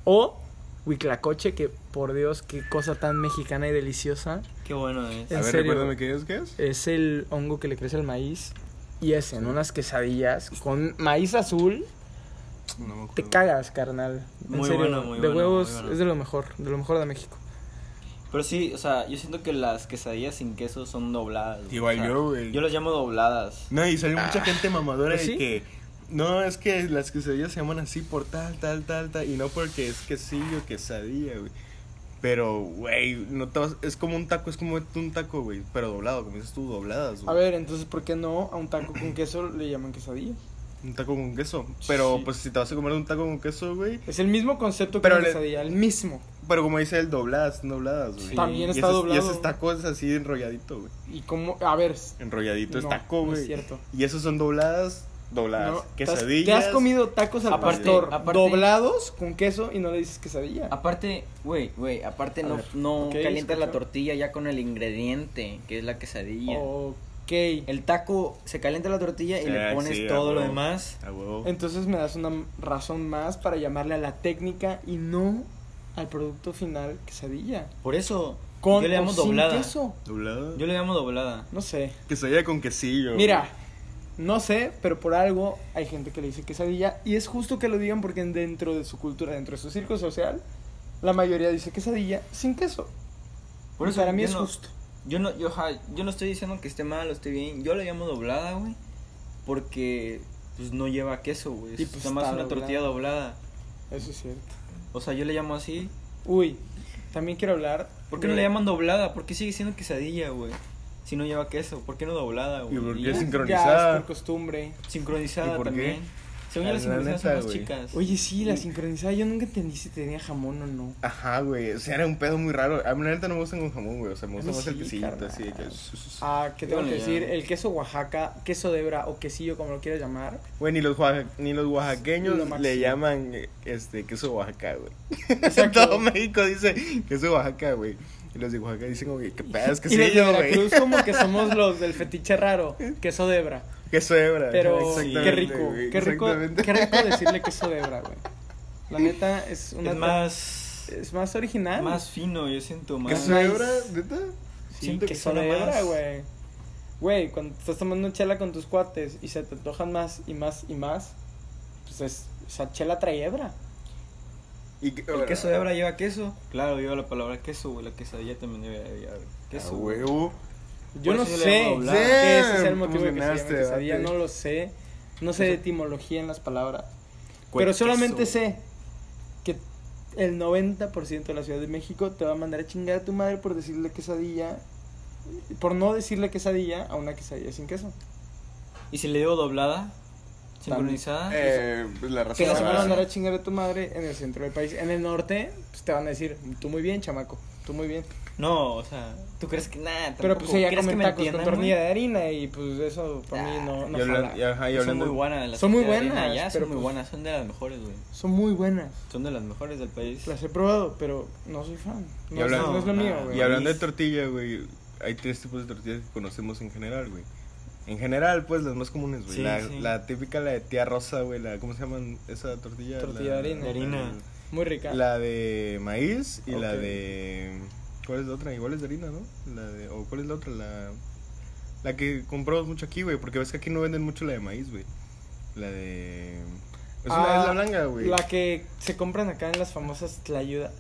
A: O huiclacoche, que por Dios, qué cosa tan mexicana y deliciosa.
D: Qué bueno es.
A: Eh.
B: A
A: en
B: ver,
A: serio. Eh,
B: recuérdame qué es, qué es.
A: Es el hongo que le crece al maíz. Y es en unas quesadillas con maíz azul.
B: No me acuerdo.
A: Te cagas, carnal. En
D: Muy
A: serio,
D: bueno, muy
A: De
D: bueno,
A: huevos
D: muy bueno.
A: es de lo mejor, de lo mejor de México.
D: Pero sí, o sea, yo siento que las quesadillas sin queso son dobladas. güey.
B: Igual
D: O sea,
B: yo, güey.
D: Yo las llamo dobladas.
B: No, y salió mucha gente mamadora
A: ¿Ah, sí?
B: de que. No, es que las quesadillas se llaman así por tal, tal, tal, tal. Y no porque es quesillo, quesadilla, güey. Pero, güey, no te vas- es como un taco, es como un taco, güey. Pero doblado, como dices tú, dobladas, güey.
A: A ver, entonces, ¿por qué no a un taco con queso le llaman quesadilla?
B: Un taco con queso. Pero,
A: Sí.
B: pues, si te vas a comer un taco con queso, güey.
A: Es el mismo concepto que
B: Pero
A: una
B: le-
A: quesadilla, el mismo.
B: Pero como dice él, dobladas, no dobladas, güey.
D: Sí.
A: También
B: Y
A: está
B: ese-
A: doblado.
B: Y ese taco es así enrolladito, güey.
A: Y como, a ver,
B: Enrolladito es
A: No,
B: taco,
A: no
B: güey.
A: es cierto.
B: Y esos son dobladas, dobladas.
A: No, te has-
B: Quesadillas.
A: Te has comido tacos al
D: Aparte-
A: pastor
D: aparte-
A: doblados con queso y no le dices quesadilla.
C: Aparte, güey, güey, aparte
A: A
C: no,
A: ver.
C: no
A: Ok,
C: calientas la
A: escucho.
C: tortilla ya con el ingrediente, que es la quesadilla.
D: Oh.
A: Ok.
C: El taco, se calienta la tortilla y
B: Ah,
C: le pones
B: sí, a
C: todo lo
B: huevo.
C: demás.
B: A huevo.
A: Entonces me das una razón más para llamarle a la técnica y no al producto final quesadilla.
C: Por eso,
A: Con
D: Yo le llamo
A: o sin
D: doblada.
A: queso.
B: Doblado.
D: Yo le llamo doblada.
A: No sé.
B: Quesadilla con quesillo. güey.
A: Mira, no sé, pero por algo hay gente que le dice quesadilla y es justo que lo digan porque dentro de su cultura, dentro de su círculo social, la mayoría dice quesadilla sin queso.
D: Por
A: Y
D: eso
A: para mí
D: yo
A: es
D: no-
A: justo.
C: yo no, yo, ja, yo no estoy diciendo que esté mal o esté bien, yo la llamo doblada, güey, porque pues no lleva queso, güey.
A: Y,
C: Es
A: pues,
C: nada más
A: está
C: una tortilla doblada.
A: Eso es cierto.
C: O sea, yo le llamo así.
A: Uy, también quiero hablar.
C: ¿Por qué no
A: de-
C: le llaman doblada? ¿Por qué sigue siendo quesadilla, güey? Si no lleva queso, ¿por qué no doblada, güey?
B: ¿Y por qué
C: ya.
B: es sin-
A: Ya
B: sincronizada.
A: es por costumbre.
C: sincronizada
B: ¿Y por qué?
C: también. Según yo,
B: La
C: las sincronizadas son
B: neta,
C: las
B: güey.
C: chicas.
A: Oye, sí, la sincronizada. Yo nunca entendí si tenía jamón o no.
B: Ajá, güey. O sea, era un pedo muy raro. A mí la neta no me gustan con jamón, güey. O sea, me
A: A
B: gusta
A: mí
B: más el
A: sí,
B: quesillito
A: carnal.
B: así de que.
A: Ah, ¿qué tengo
C: Bueno,
A: que
C: ya.
A: decir? El queso Oaxaca, queso de hebra o quesillo, como lo quieras llamar.
B: Güey, ni los, oaxa- ni los
A: Lo
B: oaxaqueños
A: máximo.
B: le llaman eh, este queso Oaxaca, güey.
A: Exacto.
B: Todo México dice queso Oaxaca, güey. Y los de Oaxaca dicen, güey, qué pedo es
A: y los de
B: quesillo, güey.
A: Veracruz como que somos los del fetiche raro, queso de hebra.
B: Queso hebra.
A: Pero
B: Exactamente,
A: qué rico,
B: güey,
A: qué rico,
B: exactamente.
A: qué rico decirle queso de hebra, güey. La neta es una
D: Es más.
A: es más original.
D: Más fino, yo siento más.
B: ¿Queso
A: nice.
B: hebra? ¿Neta?
A: sí,
D: siento que
A: queso
D: suena
A: de hebra,
D: más-
A: güey. Güey, cuando te estás tomando chela con tus cuates y se te antojan más y más y más, pues es, o sea, chela trae hebra.
B: Y que-
C: ¿El queso de hebra lleva queso?
D: Claro, lleva la palabra queso, güey. La quesadilla también debe de llevar queso.
B: A
D: güey.
B: huevo.
A: Yo
D: Por
A: no
D: eso yo
A: sé
D: le llamo
A: sé
D: doblada.
A: que ese es el
B: Damn,
A: motivo de que se llame
B: emocionaste,
A: quesadilla,
B: date.
A: no lo sé. No sé de etimología en las palabras.
D: Güey,
A: pero solamente
D: queso.
A: sé que el 90% de la Ciudad de México te va a mandar a chingar a tu madre por decirle quesadilla, por no decirle quesadilla a una quesadilla sin queso.
D: Y si le digo doblada,
A: También.
D: sincronizada.
B: Eh, pues la
A: Te
B: razón.
A: las van a
B: ah,
A: mandar a chingar a tu madre en el centro del país. En el norte, pues te van a decir, tú muy bien, chamaco, tú muy bien.
D: No, o sea, tú crees que nada.
A: Pero pues ella
D: que
A: come
D: me
A: tacos con
D: entiendan,
A: tornilla
D: güey?
A: de harina y pues eso para mí no, no
B: y hablan-
A: jala.
B: y ajá, y
D: Son
B: hablando-
D: muy buenas. las
A: Son muy
D: tortillas de
A: buenas,
D: harina allá,
A: pero
D: son muy
A: pues-
D: buenas, son de las mejores, güey.
A: Son muy buenas.
D: Son de las mejores del país.
A: Las he probado, pero no soy fan.
B: Y
A: No,
B: hablan-
A: no es lo
D: no,
A: mío,
D: nada.
A: güey.
B: Y hablando de tortilla, güey, hay tres tipos de tortillas que conocemos en general, güey. En general, pues las más comunes, güey.
D: Sí,
B: la,
D: sí.
B: la típica, la de tía rosa, güey. La, ¿Cómo se llaman esa tortilla?
A: Tortilla
B: La-
A: de harina.
D: De harina.
A: Muy
B: La,
A: rica.
B: de maíz y la
A: Ok.
B: de. ¿Cuál es la otra? Igual es de harina, ¿no? La de, ¿O cuál es la otra? La, la que compramos mucho aquí, güey. Porque ves que aquí no venden mucho la de maíz, güey. La de. Es, una,
A: Ah,
B: es la blanca, güey.
A: La que se compran acá en las famosas tlayudas.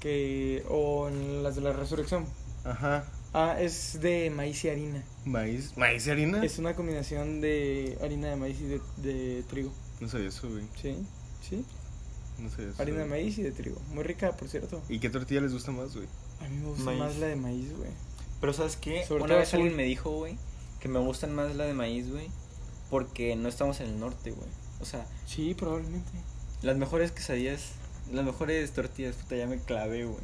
A: Que, o en las de la resurrección.
B: Ajá.
A: Ah, es de maíz y harina.
B: Maíz. ¿Maíz y harina?
A: Es una combinación de harina de maíz y de, de trigo.
B: No sabía eso, güey.
A: Sí, sí.
B: No sabía eso.
A: Harina de
B: güey.
A: maíz y de trigo. Muy rica, por cierto.
B: ¿Y qué tortilla les gusta más, güey?
A: A mí me gusta
D: Maíz.
A: más la de maíz, güey.
D: Pero ¿sabes qué?
A: Sobre
C: Una
A: todo
C: vez
A: azul.
C: alguien me dijo, güey, que me gustan más la de maíz, güey, porque no estamos en el norte, güey. O sea,
A: Sí, probablemente.
C: las mejores quesadillas, las mejores tortillas, puta, ya me clavé, güey.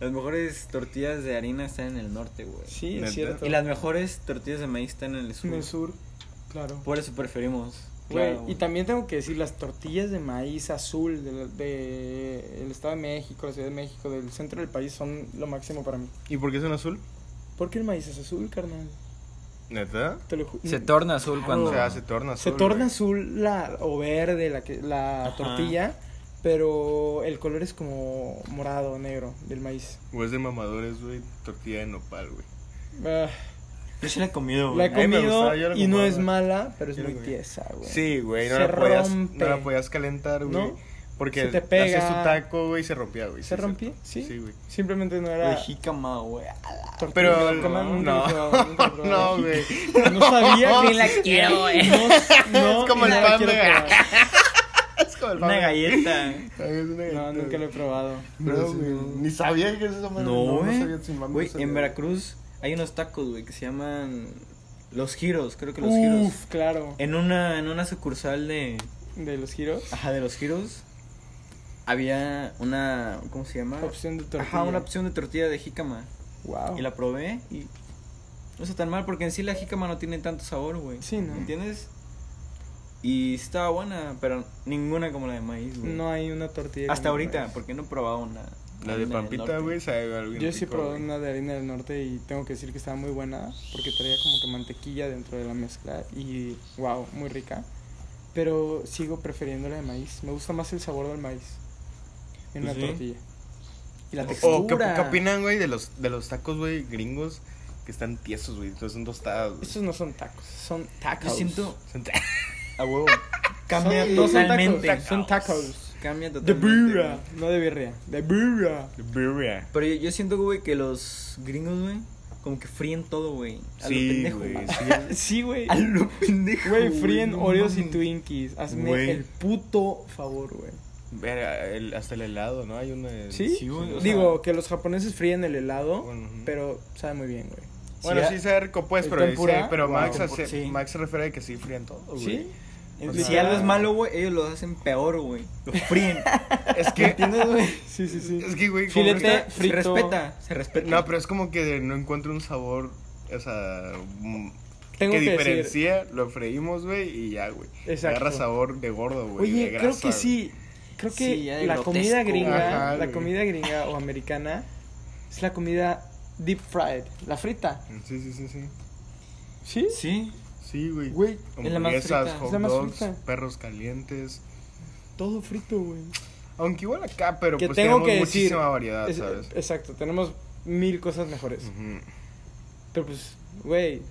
C: Las mejores tortillas de harina están en el norte, güey.
A: Sí,
B: ¿Neta?
A: es cierto.
C: Y las mejores tortillas de maíz están en el sur.
A: En el sur, claro.
C: Por eso preferimos.
A: Güey,
C: claro,
A: y también tengo que decir, las tortillas de maíz azul del de el Estado de México, la Ciudad de México, del centro del país son lo máximo para mí.
B: ¿Y por qué son azul?
A: ¿Por qué el maíz es azul, carnal?
B: ¿Neta?
A: Te lo ju-
D: Se torna azul
A: Claro.
D: cuando.
B: O sea, se torna azul.
A: Se torna
B: güey.
A: azul la, o verde la, que- la
D: Ajá.
A: tortilla, pero el color es como morado, negro del maíz.
B: O es de mamadores, güey. Tortilla de nopal, güey.
A: Ah,
C: Yo sí la he comido,
A: la
C: güey.
A: he
B: A mí me
A: comido
B: gustaba, yo la
A: y no
B: compraba.
A: es mala, pero es
B: Yo la
A: muy
B: comía.
A: tiesa, güey.
B: Sí, güey. No,
A: Se
B: la podías-
A: rompe.
B: no la podías calentar, güey.
A: ¿No?
B: Porque
A: Se te
B: le
A: pega.
B: hacías tu taco, güey, y se rompía, güey.
A: ¿Se
B: sí,
A: rompía?
B: cierto.
A: Sí.
B: Sí, güey.
A: Simplemente no
C: De
A: era
C: jícama, güey.
A: tortilla.
B: Pero.
A: nunca-
B: No,
A: nunca lo he probado, nunca lo he
B: no,
A: probado.
B: güey.
A: No sabía
B: Ni
A: que la quiero, güey. No, no,
B: Es como
A: y
B: el
A: no la
B: pan
A: quiero
B: de-
A: probar.
B: Es como el
C: Una
B: pan.
C: galleta.
B: Ay, es una
A: No,
B: galleta,
A: nunca lo he
B: güey.
A: probado.
B: No, güey. Ni sabía que es esa madre.
C: No,
A: eh.
C: güey.
B: sabía, sin mami,
C: Güey,
B: no sabía.
C: en Veracruz hay unos tacos, güey, que se llaman Los Giros, creo que Los Giros.
A: Uf, claro.
C: En una en una sucursal de
A: De los giros.
C: ajá, de Los Giros había una ¿cómo se llama?
A: Opción de tortilla. Ah.
C: Ajá, una opción de tortilla de jícama
A: Wow.
C: y la probé y no está tan mal porque en sí la jícama no tiene tanto sabor, güey.
A: Sí, ¿no?
C: ¿Entiendes? Y estaba buena, pero ninguna como la de maíz, güey.
A: No hay una tortilla.
C: Hasta
A: como
C: ahorita,
A: esa.
C: porque no he probado una.
B: La de
C: una del norte.
B: Pampita, güey, sabe algo. bien
A: Yo sí
B: rico,
A: probé
B: güey.
A: una de harina del norte y tengo que decir que estaba muy buena porque traía como que mantequilla dentro de la mezcla y wow, muy rica. Pero sigo prefiriendo la de maíz. Me gusta más el sabor del maíz en
C: Pues
A: la
C: sí.
A: tortilla. Y la
B: O-
A: textura.
B: O, Oh, ¿qué, qué opinan, güey, de los, de los tacos, güey, gringos que están tiesos, güey? Entonces son tostados, güey.
A: Estos no son tacos, son
C: Yo
A: tacos.
C: siento
B: Son-
C: a huevo.
A: Cambia
C: Cambia
A: son,
C: totalmente.
A: totalmente. Son tacos.
C: Cambia
A: De
C: totalmente.
A: birra.
C: güey.
A: No de birria. De birra.
B: Birria.
C: Pero yo, yo siento, güey, que los gringos, güey, como que fríen todo, güey. A lo
B: Sí,
C: pendejo.
B: güey.
C: güey.
B: sí.
A: Sí, güey.
C: A lo pendejo.
A: Güey, fríen
C: no
A: Oreos y
C: mames.
A: Twinkies. Hazme
B: Güey.
A: el puto favor, güey.
B: Verga, el- hasta el helado, ¿no? Hay una... de-
A: ¿Sí?
C: Sí, güey, o sea-
A: Digo, que los japoneses fríen el helado,
B: Bueno, ujú.
A: pero sabe muy bien, güey.
B: Bueno,
C: Sí,
B: sí, sabe rico, pues,
A: ¿El
B: pero,
A: tempura?
B: dice- pero
A: Wow.
B: Max, hace-
C: Sí.
B: Max se refiere a que sí frían todo, Oh, güey.
A: ¿Sí?
B: O
C: Si
B: sea-
C: algo es malo, güey, ellos lo hacen peor, güey. Lo fríen.
B: Es que...
C: ¿Entiendes, güey?
A: Sí, sí, sí.
B: Es que, güey, como
A: Filete.
B: que-
C: Se
A: frito.
C: respeta, se respeta.
B: No, pero es como que no encuentro un sabor, o sea... mm,
A: Tengo
B: que,
A: que decir-
B: diferencia, lo freímos, güey, y ya, güey.
A: Exacto.
B: Agarra sabor de gordo, güey.
A: Oye,
B: de
A: creo
B: grasa,
A: que sí. Creo que
C: Sí, ya de
A: la
C: grotesco.
A: comida gringa,
B: Ajá,
A: la
B: güey.
A: comida gringa o americana es la comida deep fried, la frita.
B: güey. Sí, sí, sí, sí.
A: ¿Sí?
C: Sí.
B: Sí, güey.
A: Güey,
C: Es la más
B: Hamburguesas,
C: frita.
B: hot
A: Es la más
B: dogs,
A: frita.
B: perros calientes.
A: todo frito, güey.
B: Aunque igual acá, pero
A: Que
B: pues
A: tengo
B: tenemos
A: que decir.
B: muchísima variedad,
A: Es-
B: ¿sabes?
A: Exacto, tenemos mil cosas mejores.
B: Ujú.
A: Pero pues, güey,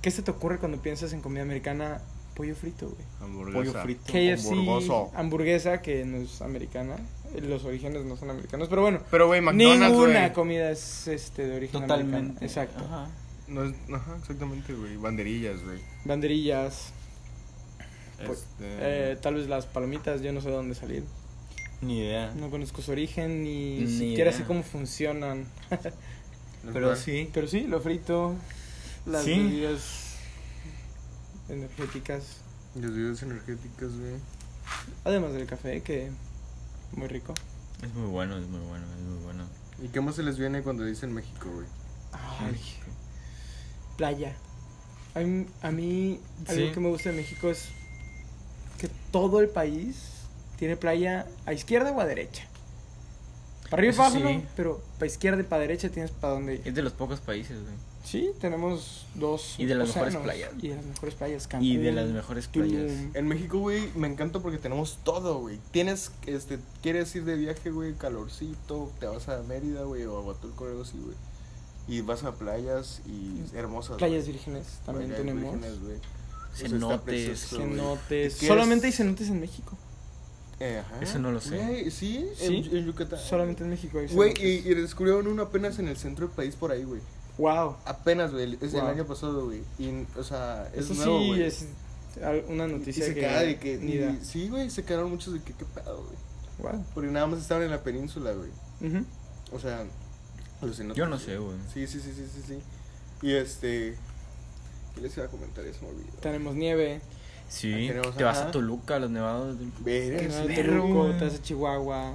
A: ¿qué se te ocurre cuando piensas en comida americana? Pollo frito, güey.
B: Hamburguesa.
C: Pollo frito.
B: Hamburgoso.
A: KFC, hamburguesa que no es americana, los orígenes no son americanos, pero bueno,
B: Pero, güey, McDonald's,
A: ninguna
B: güey.
A: comida es este de origen americano.
C: Totalmente.
A: Exacto.
C: Ajá.
B: No es, ajá, exactamente, güey. Banderillas, güey.
A: Banderillas, Pues,
B: Este,
A: eh, tal vez las palomitas, yo no sé de dónde salir.
C: Ni idea.
A: No conozco su origen ni,
C: Ni
A: siquiera
C: idea.
A: sé cómo funcionan.
C: Pero
B: ¿verdad?
C: sí.
A: Pero sí, lo frito, las
C: Sí.
A: bebidas energéticas,
B: Las bebidas energéticas, güey.
A: además del café que muy rico.
C: Es muy bueno, es muy bueno, es muy bueno.
B: ¿Y qué más se les viene cuando dicen México, güey?
A: Ay, playa. A mí, a mí algo
C: Sí.
A: que me gusta de México es que todo el país tiene playa a izquierda o a derecha. Para arriba y
C: Eso
A: para abajo,
C: sí.
A: ¿no? pero para izquierda y para derecha tienes para dónde ir.
C: Es de los pocos países, güey.
A: Sí, tenemos dos.
C: Y de las
A: océanos.
C: mejores playas.
A: Y de las mejores playas, Cancún.
C: Y de las mejores playas.
A: Tulum.
B: En México, güey, me encanta porque tenemos todo, güey. Tienes, este, quieres ir de viaje, güey, calorcito, te vas a Mérida, güey, o a Huatulco, algo así, güey. Y vas a playas y hermosas.
A: Playas
B: güey.
A: vírgenes también
B: Playas
A: tenemos.
B: vírgenes, güey. Eso está
C: Cenotes,
B: precioso, güey.
A: Cenotes.
B: ¿Qué
A: Solamente hay
B: es?
A: cenotes en México.
B: Eh, ajá.
C: Eso no lo sé.
B: Güey, sí, en-
A: ¿Sí?
B: En, Yucatán.
A: Solamente en México hay
B: Güey,
A: cenotes.
B: y, y descubrieron uno apenas en el centro del país por ahí, güey.
A: Wow.
B: Apenas, güey, es del
A: Wow.
B: año pasado, güey. Y, o sea, es
A: Eso
B: nuevo,
A: sí
B: güey.
A: es al- una
B: Y
A: noticia
B: se
A: que,
B: queda de que...
A: ni
B: y-
A: da.
B: sí, güey, se quedaron muchos de que qué pedo, güey.
A: Wow.
B: Porque nada más estaban en la península, güey.
A: Ujú.
B: O sea, alucinante.
C: Yo no sé, güey.
B: Sí, sí, sí, sí, sí, sí. Y este... ¿Qué les iba a comentar? Eso me olvidó.
A: Tenemos nieve.
B: Ahí
C: Sí,
B: tenemos,
C: te vas
B: ajá.
C: a Toluca, a los nevados. del-
B: Verga,
A: Tienes
B: es verga,
A: Terruco,
B: güey.
A: te hace Chihuahua,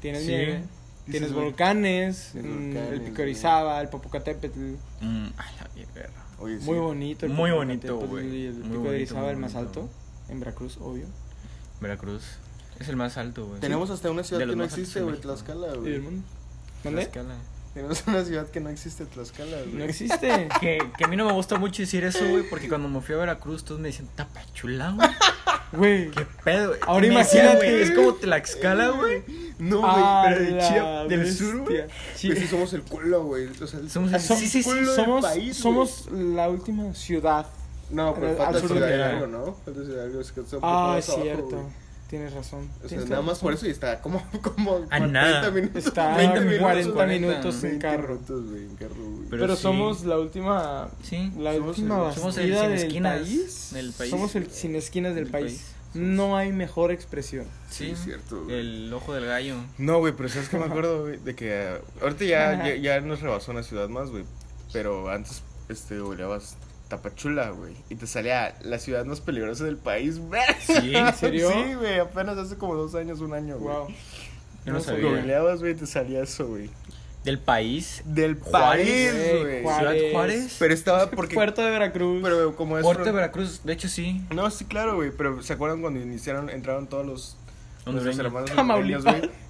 A: tienes
C: Sí.
A: nieve,
B: Dices,
A: tienes
B: güey,
A: volcanes,
B: tienes
A: mm,
B: volcanes,
A: el Pico
B: güey.
A: Orizaba, el Popocatépetl,
C: Mm, a la mierda.
B: Oye, sí.
A: muy bonito. El
C: Muy
A: Popocatépetl
C: bonito, güey.
A: y El
C: Muy
A: Pico
C: bonito,
A: de Orizaba,
C: muy
A: el más
C: bonito.
A: alto, en Veracruz, obvio.
C: Veracruz. Es el más alto, güey.
B: Tenemos hasta una ciudad
C: De los
B: que no
C: más altos
B: existe,
C: en
B: güey,
C: México.
B: Tlaxcala,
A: ¿Y del
B: güey.
A: mundo? ¿Dónde?
C: Tlaxcala.
B: Tenemos una ciudad que no existe, Tlaxcala, güey.
A: No existe.
C: Que, que a mí no me gusta mucho decir eso, güey, porque cuando me fui a Veracruz todos me decían, tapachula, güey.
A: Güey,
C: ¿Qué pedo, güey?
A: Ahora
C: Y me
A: imagínate.
C: güey, es como Tlaxcala, güey.
B: No, güey,
A: A
B: pero de
A: la
B: Chiapas, del sur, güey.
A: bestia.
B: Sí. Pues sí somos el culo, güey. O sea, el-
C: Somos el-
A: Som-
C: sí, sí, sí.
B: culo del
A: somos,
B: país, güey.
A: somos la última ciudad.
B: No, pero
A: al-
B: falta
A: al sur de
B: Ciudad
A: Veracruz.
B: Hidalgo, ¿no? Falta Ciudad Hidalgo, es que está un poco
A: Ah,
B: más
A: es
B: abajo,
A: cierto.
B: güey.
A: Tienes razón.
B: O sea,
A: tienes
B: nada
A: razón.
B: más por eso y está como, como
C: A nada.
B: minutos.
A: Está
C: 20 minutos,
A: 40
C: 40
A: minutos en
B: 20
A: carro.
B: minutos, güey, en carro, güey.
C: Pero
A: Pero,
C: sí.
A: somos la última.
C: Sí.
A: La
B: Somos
A: última
B: el-
C: somos el
A: bastida
C: sin
A: del
C: esquinas
A: país.
C: del país.
A: Somos el sin esquinas del
C: Del
A: país.
C: país.
A: No hay mejor expresión.
B: Sí, es cierto, güey.
C: El ojo del gallo.
B: No, güey, pero sabes que me acuerdo, güey, de que ah, ahorita ya, ya, ya nos rebasó una ciudad más, güey. Pero antes, este, googleabas Tapachula, güey. Y te salía la ciudad más peligrosa del país, güey.
C: Sí, ¿en
A: serio?
B: Sí, güey, apenas hace como dos años, un año, güey.
A: Wow.
C: Yo no sabía.
B: Googleabas, güey, y te salía eso, güey.
C: Del país.
B: Del
C: Juárez,
B: país, güey.
A: Juárez.
C: Ciudad Juárez.
B: Pero estaba porque...
A: Puerto de Veracruz.
B: Pues, Pero como es...
C: Puerto de
B: fron-
C: Veracruz, de hecho sí.
B: No, sí, claro, güey, pero ¿se acuerdan cuando iniciaron, entraron todos los nuestros
C: Hondureño.
B: hermanos
A: Tamaulipas.
B: hondureños, güey?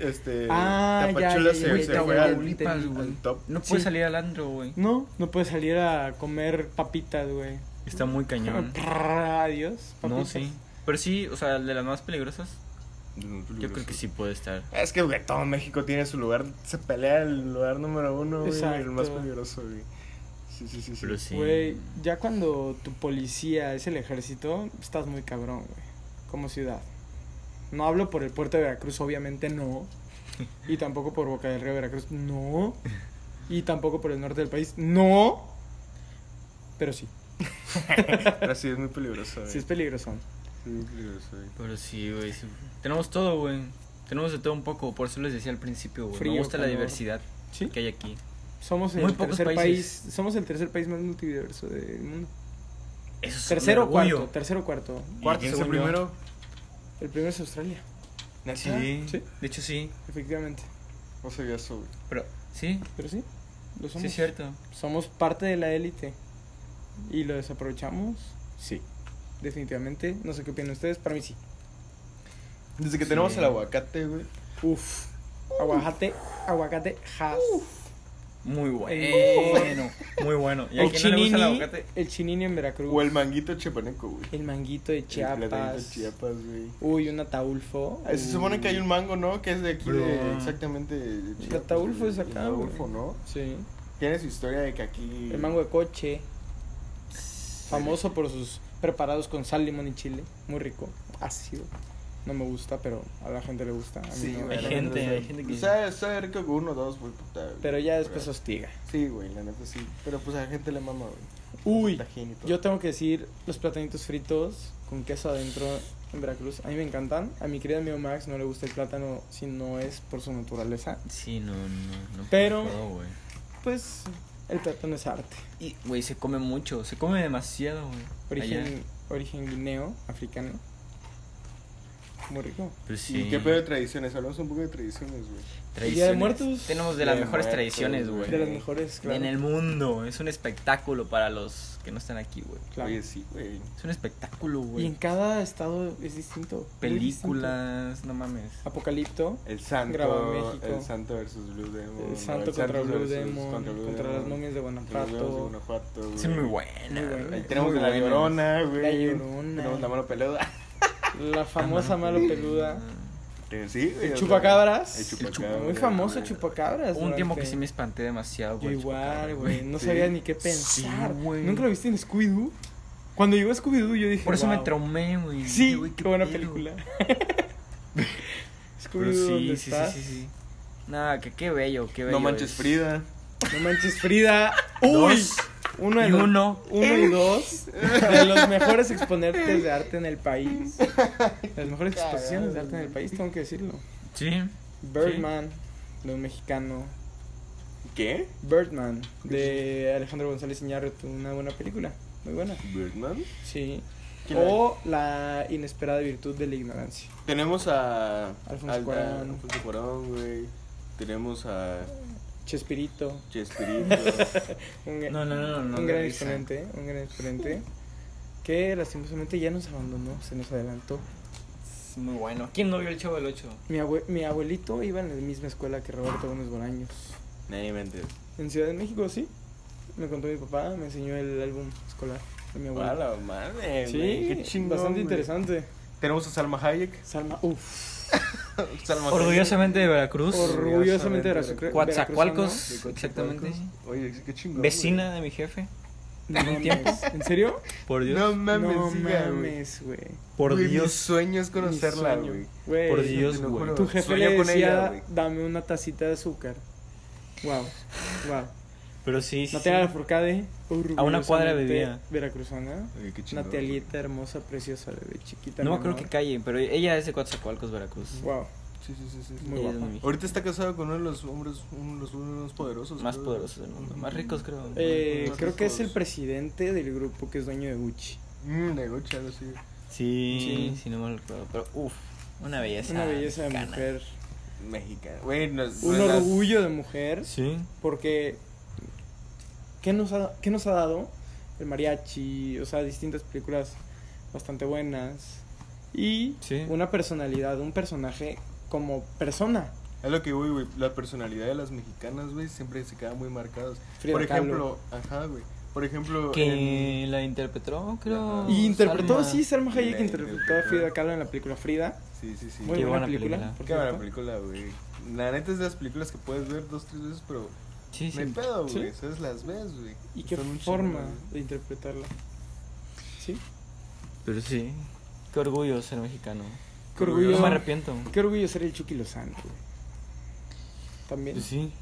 B: Este,
A: Ah, ya,
B: Tapachula
A: ya,
B: se,
A: ya,
C: Güey,
B: se
A: ya,
B: fue
A: ya,
B: al-
A: ya,
C: Tamaulipas,
A: al
C: güey.
B: top.
C: No puedes
A: Sí.
C: salir al andro, güey.
A: No, no puedes salir a comer papitas, güey.
C: Está muy cañón.
A: Adiós.
C: No,
A: papitas.
C: sí. Pero sí, o sea, de las más peligrosas, yo
B: Yo
C: creo que sí puede estar.
B: Es que, güey, todo México tiene su lugar. Se pelea el lugar número uno, güey.
A: Exacto.
B: El más peligroso, güey. Sí, sí, sí. sí.
C: Pero sí.
A: Güey, ya cuando tu policía es el ejército, estás muy cabrón, güey. Como ciudad. No hablo por el puerto de Veracruz, obviamente no. Y tampoco por Boca del Río Veracruz, no. Y tampoco por el norte del país, no. Pero sí,
B: Pero sí, es muy peligroso, güey.
A: sí es peligroso.
B: Sí, muy peligroso, güey.
C: Pero sí, güey. sí. Tenemos todo, güey. Tenemos de todo un poco. Por eso les decía al principio, güey.
A: Frío,
C: Me gusta la
A: calor.
C: diversidad
A: Sí,
C: que hay aquí.
A: somos el
C: Muy pocos
A: tercer
C: países.
A: país, somos el tercer país más multiverso del mundo.
C: Eso es un
A: Tercero o
C: orgullo.
A: cuarto, tercero o cuarto.
B: ¿Cuarto es el
C: según yo.
B: primero?
A: El primero es Australia,
C: Sí.
A: Sí.
C: De hecho, sí.
A: efectivamente.
B: No sabía eso, güey.
C: Pero, sí.
A: Pero sí, lo somos.
C: Sí, es cierto.
A: Somos parte de la élite. ¿Y lo desaprovechamos?
B: Sí.
A: Definitivamente. No sé qué opinan ustedes. Para mí sí.
B: Desde que
C: Sí.
B: tenemos el aguacate, güey.
A: Uf. Aguacate, aguacate, has.
C: Muy bueno.
A: Eh.
C: Muy bueno. ¿Y a
A: el,
C: quién no le gusta el
A: chinini,
C: aguacate?
A: el chinini en Veracruz.
B: O el manguito chepaneco, güey.
A: El manguito de
B: El platanito de
A: Chiapas.
B: Chiapas, güey.
A: Uy, un ataulfo.
B: Ah, Se supone que hay un mango, ¿no? Que es de aquí,
C: Bro.
B: de exactamente. de Chiapas,
A: Ataulfo
B: güey.
A: es acá,
B: El Ataulfo,
A: güey.
B: ¿no?
A: Sí.
B: Tiene su historia de que aquí.
A: El mango de coche. Famoso por sus preparados con sal, limón y chile. Muy rico. Ácido. No me gusta, pero a la gente le gusta. A mí
B: Ah, Sí,
A: no.
B: güey.
C: Hay gente, hay gente que-
B: Sabe, sabe rico con uno o dos, güey, puta. güey.
A: Pero ya después
B: Pero-
A: hostiga.
B: Sí, güey, la neta sí. Pero pues a la gente le mama, güey.
A: Uy,
B: Tajín y todo.
A: Yo tengo que decir, los platanitos fritos con queso adentro en Veracruz, a mí me encantan. A mi querida amigo Max no le gusta el plátano si no es por su naturaleza.
C: Sí, no, no. no
A: Pero-
C: puedo, güey.
A: Pues el plátano es arte.
C: Y, güey, se come mucho. Se come demasiado, güey. allá.
A: Origen, origen guineo, africano. Muy rico.
C: Pero Pues sí.
B: ¿Y qué pedo de tradiciones? Hablamos un poco de tradiciones, güey.
A: El Día de
C: Tradiciones.
A: Muertos.
C: Tenemos de las
B: Día de
C: mejores
B: Muertos,
C: tradiciones,
B: güey.
C: güey.
A: De las mejores, claro.
C: En el mundo. Es un espectáculo para los que no están aquí, güey.
A: Claro.
B: Oye, sí, güey.
C: Es un espectáculo,
A: Y en
C: güey.
A: cada estado es distinto. muy distinto.
C: Películas, no mames.
A: Ah, Apocalipto.
B: El santo.
A: Graba México.
B: El santo versus Blue Demon.
A: El
B: Oh, ¿no?
A: santo contra Blue
B: versus-
A: Demon, contra,
B: Blue
A: las
B: Demon,
A: momias de
B: contra los demonios de
A: Guanajuato.
B: Guanajuato, güey.
C: Es muy buena.
A: Muy buena.
C: güey.
B: Ahí tenemos
C: Muy
B: la
C: buena.
B: llorona, güey.
A: La Llorona.
B: Tenemos la mano peluda.
A: La
C: Ah,
A: famosa mano peluda.
B: Eh, Sí, güey.
A: El
B: o sea,
A: chupacabras.
B: El
C: chupa-
B: chupacabras.
A: Muy famoso
B: güey.
A: chupacabras.
C: Hubo un tiempo que
A: durante-
C: sí me espanté demasiado,
A: Yo
C: güey.
A: igual, güey. No
B: Sí.
A: sabía ni qué
C: Sí,
A: pensar.
C: güey.
A: ¿Nunca lo viste en Scooby-Doo? Cuando llegó Scooby-Doo yo dije.
C: Por eso me
A: "Wow".
C: traumé, güey.
A: Sí,
C: Dije, güey,
A: qué buena
C: pedo.
A: película.
C: Pero
A: Scooby-Doo,
C: sí,
A: ¿dónde
C: sí, sí,
A: estás?
C: sí, sí. Nada, que qué bello, qué bello.
B: No manches
C: es.
B: Frida.
A: No manches, Frida. ¡Uy!
C: Dos
A: Uno de
C: y
A: los-
C: uno.
A: uno y dos. De los mejores exponentes de arte en el país. Las mejores exposiciones de arte en el país, tengo que decirlo.
C: Sí.
A: Birdman, de un mexicano.
B: ¿Qué?
A: Birdman, de Alejandro González Iñárritu, una buena película. Muy buena.
B: Birdman. Oh,
A: Sí.
B: ¿Quién
A: O la inesperada virtud de la ignorancia.
B: Tenemos a.
A: Alfonso
B: al- a
A: Cuarón.
B: Alfonso Cuarón, güey. Tenemos a.
A: Chespirito.
B: Chespirito.
A: Un,
C: No, no, no, no, no,
A: un gran
C: risa.
A: exponente, un gran exponente. Que lastimosamente ya nos abandonó, se nos adelantó.
C: Es muy bueno. ¿Quién no vio el Chavo del 8?
A: Mi, abue- mi abuelito iba en la misma escuela que Roberto Gómez Bolaños.
B: Nadie me entiende.
A: En Ciudad de México, sí. Me contó mi papá, me enseñó el álbum escolar de mi abuelo.
B: Mala madre,
A: Sí,
B: güey, qué chingón,
A: bastante
B: güey.
A: interesante.
B: Tenemos a Salma Hayek.
A: Salma, uff.
B: Salma
C: Orgullosamente de Veracruz.
A: Orgullosamente de la sucre-
C: Coatzacoalcos,
B: Hayek.
C: exactamente.
B: Oye, qué chingón.
C: Vecina de mi jefe.
A: veracruzana, ¿no? No mames. ¿En serio?
C: Por
B: güey. No mames,
A: no
B: sí, güey.
A: mames, güey.
C: Por
B: Güey, Mi
C: Dios.
B: sueño es
A: Mi
B: conocerla,
A: sueño,
B: güey.
A: güey.
C: Por Dios,
B: Te lo
C: güey.
B: juro.
A: Tu jefe
B: Sueño
A: le
B: con ella,
A: decía,
B: güey.
A: dame una tacita de azúcar. Wow, wow.
C: Pero sí. sí.
A: Natalia Lafourcade,
C: A una cuadra
A: orgullosamente
C: vivía.
A: Veracruzana.
B: Oye, qué chingón,
A: Natalieta, hermosa, preciosa, bebé, chiquita.
C: No me acuerdo que calle, pero ella es de Coatzacoalcos, Veracruz.
A: Wow,
B: güey. Sí, sí, sí, sí, sí.
A: Muy
C: Ella es
A: guapa.
C: de mi-
B: Ahorita está casado con uno de los hombres, uno de los unos poderosos.
C: Más
B: creo.
C: poderosos del mundo. Más ricos, creo. ¿no?
A: Eh,
B: Ujú.
A: creo que es el presidente del grupo que es dueño de Gucci.
B: Mm, negocha, algo así.
C: Sí,
A: Sí.
C: sí, no me recuerdo. Pero uff, una belleza.
A: Una belleza de
C: mexicana.
A: mujer.
B: Mexicana. Güey, nos-
A: Un
B: nos-
A: orgullo de mujer.
C: Sí.
A: Porque, ¿qué nos, ha, ¿qué nos ha dado? El mariachi, o sea, distintas películas bastante buenas. Y
C: Sí.
A: una personalidad, un personaje como persona.
B: Es lo que voy, güey. La personalidad de las mexicanas, güey, siempre se queda muy marcadas.
A: Frida
B: Por
A: Kahlo.
B: ejemplo, ajá, güey. Por ejemplo,
C: Que la interpretó, creo.
B: Ajá.
A: Y interpretó,
C: Salma.
A: sí, Salma Hayek
B: La
A: interpretó a
B: interpretó.
A: Frida Kahlo en la película Frida.
B: Sí, sí, sí.
A: Muy
C: Qué
A: buena
C: buena
A: película.
C: película.
A: por
B: Qué buena
A: cierto.
B: película, güey. La neta es de las películas que puedes ver dos, tres veces, pero
C: Sí,
B: no hay
C: sí.
B: pedo,
A: Sí.
B: güey. ¿Sabes? Las ves, güey.
A: Y qué
B: Son un
A: forma
B: chingo, güey.
A: de interpretarla. Sí.
C: Pero sí. Qué orgullo ser mexicano.
A: Qué
B: Orgullo.
A: orgullo.
C: No me arrepiento.
A: Qué orgullo ser el Chucky Lozano. güey. También.
C: Pues sí.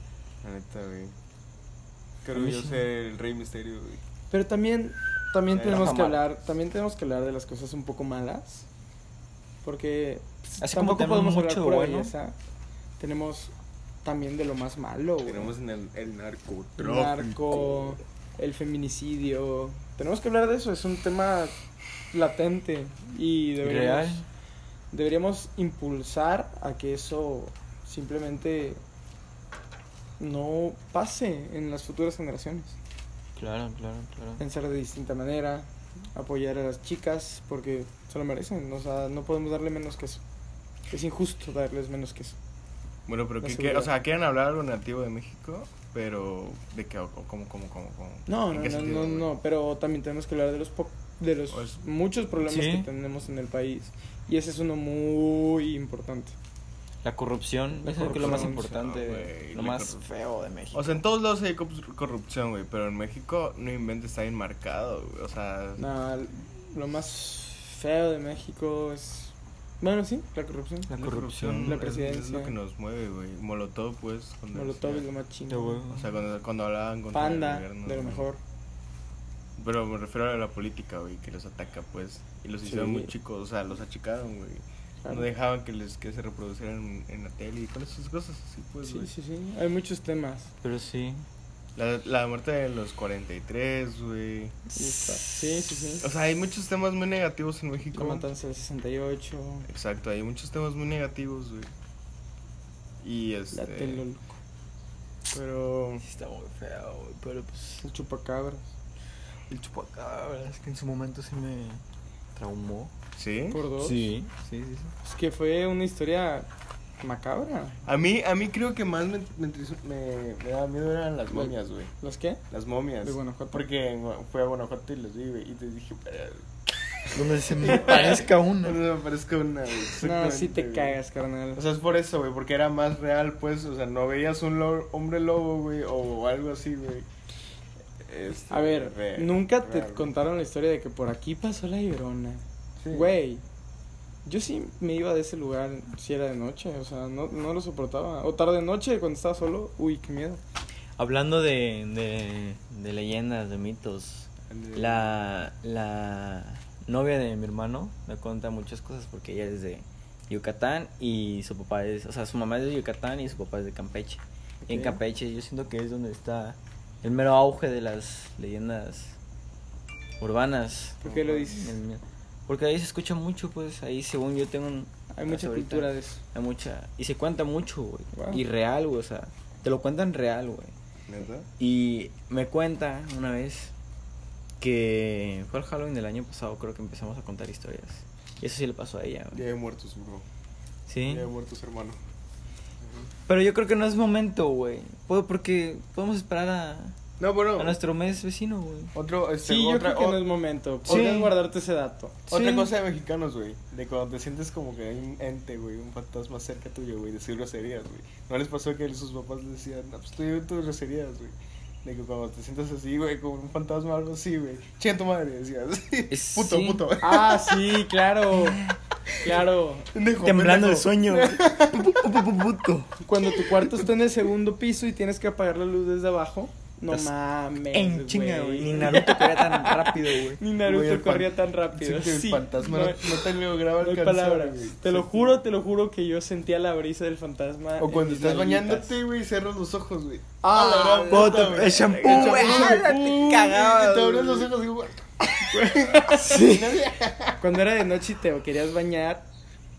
B: La neta, güey.
C: A
B: Creo
C: mí
B: yo
C: sí.
B: ser el Rey Misterio, güey.
A: Pero también, también
B: Eh,
A: tenemos que
C: jamás.
A: hablar, también tenemos que hablar de las cosas un poco malas, porque pues,
C: Así como
A: tampoco
C: tenemos
A: podemos hablar
C: mucho
A: pura
C: bueno.
A: belleza. Tenemos también de lo más malo, güey.
B: Tenemos en el, el narcotráfico.
A: el narco, el feminicidio. Tenemos que hablar de eso, es un tema latente y deberíamos,
C: Real.
A: deberíamos impulsar a que eso simplemente no pase en las futuras generaciones
C: Claro, claro, claro.
A: pensar de distinta manera, apoyar a las chicas porque se lo merecen, o sea, no podemos darle menos que eso. Es injusto darles menos que eso.
B: Bueno, pero
A: La
B: que,
A: seguridad.
B: o sea, quieren hablar algo nativo de México, pero ¿de qué? O- o ¿Cómo, cómo, cómo, cómo?
A: No,
B: ¿En
A: no,
B: qué
A: no,
B: sentido,
A: no,
B: güey?
A: no, pero también tenemos que hablar de los po- de los
B: O es-
A: muchos problemas
C: Sí.
A: que tenemos en el país y ese es uno muy importante.
C: La corrupción.
A: La
C: Eso es que es lo más
A: corrupción,
C: importante.
B: güey,
C: lo
B: la
C: más
B: corrupción.
C: feo de México.
B: O sea, en todos lados hay corrup- corrupción, güey, pero en México no inventes, está bien marcado, güey, o sea...
A: Nah, lo más feo de México es bueno, sí, la corrupción.
C: la corrupción.
A: La
B: es- Es,
A: presidencia.
B: lo que nos mueve, güey. Molotov, pues. cuando
A: Molotov es lo
B: decía-
A: más
C: De
A: chino.
C: huevo.
B: O sea, cuando, cuando hablaban contra
A: Panda,
B: el gobierno.
A: de lo
B: ¿no?
A: mejor.
B: Pero me refiero a la política, güey, que los ataca, pues. Y los hicieron
A: Sí.
B: muy chicos, o sea, los achicaron, güey.
A: claro.
B: No dejaban que, les, que se reproducieran en la tele y con esas cosas así, pues,
A: Sí,
B: güey.
A: sí, sí, hay muchos temas.
C: Pero sí.
B: La, la muerte de los 43, güey.
A: Sí, está. Sí, sí, sí.
B: O sea, hay muchos temas muy negativos en
A: La
B: México.
A: matanza del 68,
B: Exacto, hay muchos temas muy negativos, güey. Y este.
A: la tele,
B: Pero.
C: Sí está muy feo, güey, pero pues
A: el chupacabras.
C: el chupacabras es que en su momento sí me traumó.
B: ¿Sí?
A: Por dos.
C: sí, sí. sí.
A: Es que fue una historia macabra.
B: A mí, a mí creo que más me, me, entriz- me- me daba miedo eran las momias, güey.
A: ¿Las qué?
B: Las momias.
A: De Guanajuato.
B: Porque en Gua- fui a Guanajuato y los vi, güey. Y te dije, "Para-
C: Donde se me parezca
B: no
C: uno.
B: me parezco una, güey.
A: No,
B: Exactamente,
A: sí te
B: güey.
A: cagas, carnal.
B: O sea, es por eso, güey, porque era más real, pues, o sea, no veías un lo- hombre lobo, güey, o algo así, güey. Este,
A: a ver,
B: re-
A: nunca te
B: real, güey.
A: contaron la historia de que por aquí pasó la llorona.
B: Sí.
A: Güey, yo sí me iba de ese lugar si era de noche, o sea, no, no lo soportaba. O tarde noche cuando estaba solo, uy, qué miedo.
C: Hablando de, de, de leyendas, de mitos,
B: Ándale.
C: la, la novia de mi hermano me cuenta muchas cosas porque ella es de Yucatán y su papá es, o sea, su mamá es de Yucatán y su papá es de Campeche. Y en
A: Ok.
C: Campeche yo siento que es donde está el mero auge de las leyendas urbanas.
A: ¿Por qué lo dices?
C: El miedo. Porque ahí se escucha mucho, pues ahí según yo tengo un-
D: Hay mucha
C: hasta ahorita,
D: cultura de eso.
C: Hay mucha... Y se cuenta mucho, güey.
D: Wow.
C: Y real, güey, o sea, te lo cuentan real, güey.
B: ¿Neta?
C: Y me cuenta una vez que fue el Halloween del año pasado, creo que empezamos a contar historias. Y eso sí le pasó a ella,
B: Ya
C: güey.
B: hay muertos, bro.
C: Sí.
B: Ya hay muertos, hermano.
C: Pero yo creo que no es momento, güey. Puedo porque podemos esperar a,
B: No, bueno.
C: a nuestro mes vecino, güey.
B: Otro, este,
A: Sí, yo
B: otra,
A: creo que
B: o-
A: no es momento.
C: Sí.
A: Podrías guardarte ese dato.
B: otra
C: Sí.
B: cosa de mexicanos, güey. De cuando te sientes como que hay un ente, güey, un fantasma cerca tuyo, güey, decir groserías, güey. ¿No les pasó que sus papás les decían, no, pues tú dices tus groserías, güey? De que cuando te sientas así, güey, como un fantasma o algo así, güey. Che, tu madre, decías.
C: Es-
B: puto,
C: sí.
B: puto.
A: Ah, sí, claro. Claro.
B: Pendejo,
C: Temblando de
B: pendejo.
C: sueño. Puto.
A: Cuando tu cuarto está en el segundo piso y tienes que apagar la luz desde abajo. No
C: Estás
A: mames.
C: En chinga, güey. Ni
A: Ni,
C: Naruto corría tan rápido, güey.
A: Naruto
B: Güey, el pan-
A: corría tan rápido.
B: Sí, que el
A: Sí,
B: fantasma
A: no-
B: no, no te lograba
A: No hay
B: alcanzar,
A: palabras.
B: güey.
A: Te lo
B: Sí.
A: juro, te lo juro que yo sentía la brisa del fantasma.
B: O
A: en
B: cuando
A: mis
B: estás
A: nalguitas.
B: bañándote, güey, cierras los ojos, güey.
A: Ah,
B: A gran
C: puta,
B: puta,
C: el
B: güey.
C: shampoo,
B: shampoo,
C: güey, ah, te cagabas,
B: Y te abres
C: güey.
B: los ojos y güey.
C: Sí.
A: Cuando era de noche y te querías bañar,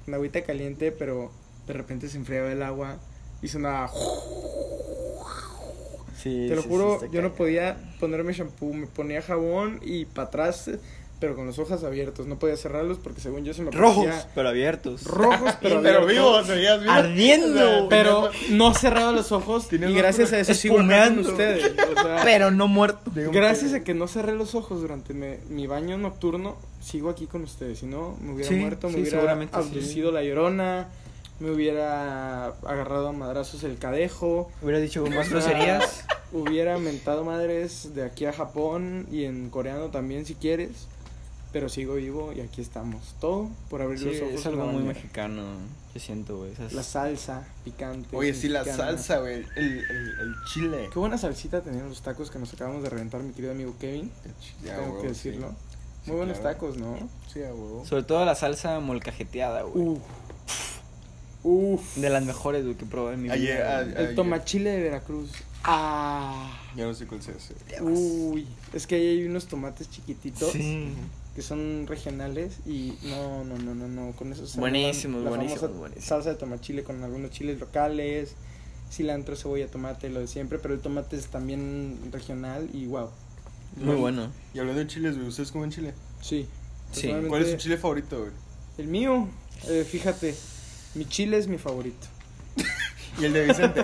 A: una agüita caliente, pero de repente se enfriaba el agua y sonaba. Te lo juro, yo no podía ponerme shampoo, me ponía jabón y para atrás, pero con los ojos abiertos. No podía cerrarlos porque según yo se me
C: Rojos,
A: ponía
C: pero abiertos.
A: rojos, pero,
B: Pero, pero
A: abiertos.
B: vivo, se veías vivo.
C: Ardiendo,
B: O sea, pues.
A: Pero
B: tenías-
A: no cerraba los ojos
B: Tienes
A: y gracias a eso sigo acá con
C: Espumeando.
A: ustedes. o sea,
C: Pero no muerto.
B: Digamos que-
A: gracias a que no cerré los ojos durante me- mi, baño nocturno, sigo aquí con ustedes. Si no, me hubiera
C: Sí,
A: muerto, me
C: sí,
A: hubiera
C: seguramente sí.
A: abducido la llorona, me hubiera agarrado a madrazos el cadejo.
C: Hubiera dicho más
A: Hubiera-
C: groserías.
A: Hubiera mentado madres de aquí a Japón y en coreano también si quieres. Pero sigo vivo y aquí estamos. Todo por abrir
C: Sí,
A: los ojos.
C: es algo
A: en la
C: muy
A: mañana.
C: mexicano. Yo siento, güey. esas-
A: La salsa picante.
B: Oye, sí, la
A: mexicana.
B: salsa, güey. El, el, el chile.
A: Qué buena salsita tenían los tacos que nos acabamos de reventar, mi querido amigo Kevin.
B: El chile, a
A: tengo
B: huevo,
A: que
B: sí.
A: decirlo.
B: Sí,
A: muy buenos
B: claro.
A: tacos, ¿no?
B: Sí, a huevo.
C: Sobre todo la salsa molcajeteada, güey.
A: Uf. Uf.
C: De las mejores, güey, que probé en mi vida.
B: Ayer,
C: güey.
B: ayer.
A: El tomachile de Veracruz. Ah.
B: Ya no sé cuál sea ese.
A: Uy. Es que ahí hay unos tomates chiquititos
C: Sí.
A: que son regionales y no, no, no, no, no. Con esos
C: Buenísimos,
A: la
C: buenísimos,
A: famosa
C: buenísimos.
A: Salsa de tomachile con algunos chiles locales, cilantro, cebolla, tomate, lo de siempre, pero el tomate es también regional y wow.
C: Muy bueno.
B: Y hablando de chiles, güey, ¿ustedes comen chile?
A: Sí.
C: Sí.
A: personalmente-
B: ¿Cuál es su chile favorito, güey?
A: El mío, eh, fíjate, mi chile es mi favorito.
B: Y el de Vicente.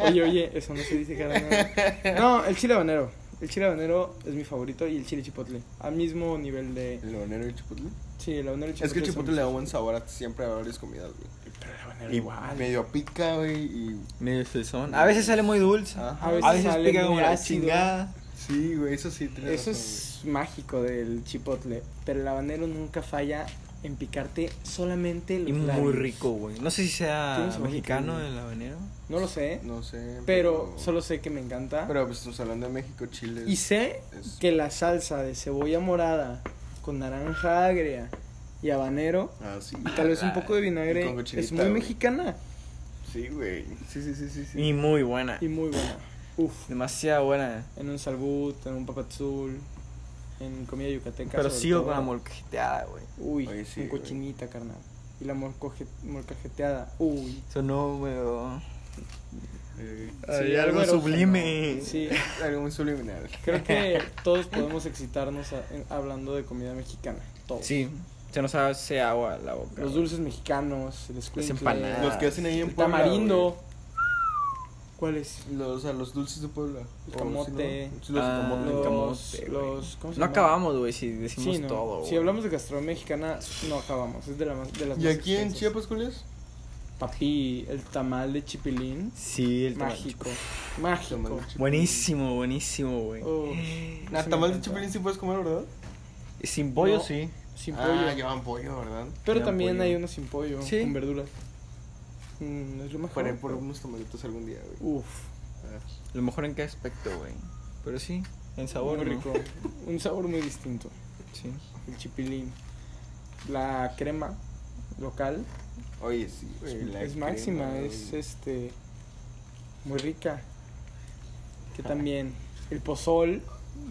A: Oye, oye, eso no se dice cara nada. No, el chile habanero. El chile habanero es mi favorito y el chile chipotle. Al mismo nivel de.
B: ¿El habanero y el chipotle?
A: Sí, el habanero y el chipotle.
B: Es que el
A: son-
B: chipotle le da buen sabor a siempre a varias comidas, güey.
A: Pero el habanero
B: Y
A: igual.
B: medio pica, güey, y...
C: Medio dulzón. A veces sale muy dulce.
B: Ajá.
A: Ah. A
C: A
A: veces
C: veces,
A: sale
C: pica
A: muy
C: como la
A: ácido.
C: chingada.
B: Sí, güey, eso sí. tienes
A: Eso
B: razón,
A: es mágico del chipotle. Pero el habanero nunca falla en picarte solamente los
C: Y muy
A: labios.
C: rico, güey. No sé si sea
A: Tiene sabor
C: mexicano
A: increíble.
C: el habanero.
A: No lo sé,
B: güey. No sé.
A: pero solo sé que me encanta.
B: Pero pues estamos hablando de México, Chile.
A: Y sé
B: es-
A: que la salsa de cebolla morada con naranja agria y habanero
B: Ah, sí.
A: y tal vez un poco de
B: Y
A: vinagre
B: con
A: es
B: cochinita,
A: muy
B: güey.
A: mexicana
B: Sí, güey. Sí, sí, sí, sí. sí.
C: Y muy buena.
A: y muy buena.
B: Ah.
A: Uf.
C: Demasiado buena.
A: En un salbut, en un papazul, en comida yucateca.
C: Pero
A: sobre
C: sigo
A: todo.
C: con la molcajeteada, güey.
A: Uy,
B: Oye, sí,
A: con
B: güey.
A: cochinita, carnal. Y la morcoje- morcajeteada. Uy.
C: Eso no, güey.
B: Eh,
C: Ay,
A: el
C: algo
A: güero,
C: sublime.
A: carnal. Sí,
B: algo muy subliminal.
A: creo que todos podemos excitarnos a- en- hablando de comida mexicana. Todos.
C: Sí. Se nos hace agua la boca.
A: Los
C: güey.
A: dulces mexicanos, el escuincle,
C: empanadas.
B: Los que hacen ahí en
A: el
B: Puebla.
A: tamarindo.
B: güey.
A: ¿Cuál es?
B: Los, o sea, los dulces de Puebla.
A: El
B: O,
A: camote.
B: sí, ¿no? Sí, los
C: Ah,
B: camote.
C: el camote,
A: Los,
C: güey.
A: los, ¿cómo se
C: No
A: llama?
C: acabamos, güey, si decimos
A: Sí, no.
C: todo, güey.
A: Si hablamos de gastronomía mexicana, no acabamos. Es de, la más- de las
B: ¿Y
A: más
B: aquí en
A: extensas.
B: Chiapas cuál es?
A: Papi, el tamal de chipilín.
C: Sí, el tamal.
A: Mágico. Mágico.
B: Tamal de chipilín.
C: Buenísimo, buenísimo, güey.
A: Oh,
B: Nah,
A: sí,
B: tamal
A: me
B: de
A: encanta.
B: chipilín sí puedes comer, ¿verdad?
C: Sin pollo,
A: No.
C: sí.
A: Sin
B: ah,
A: pollo.
B: llevan pollo, ¿verdad?
A: Pero
C: Llevan
A: también
C: pollo.
A: hay uno sin pollo,
C: Sí.
A: con verduras. Mm, es lo mejor.
B: Paré por
A: pero-
B: unos tomatitos algún día, güey.
A: Uf,
B: Ah.
C: A lo mejor en qué aspecto, güey. Pero sí, en sabor.
A: muy
C: ¿no?
A: rico. Un sabor muy distinto.
C: Sí.
A: El chipilín. La crema local
B: Oye, sí, güey. Eh, la
A: es
B: crema,
A: máxima,
B: güey.
A: es este muy rica. Que también el pozol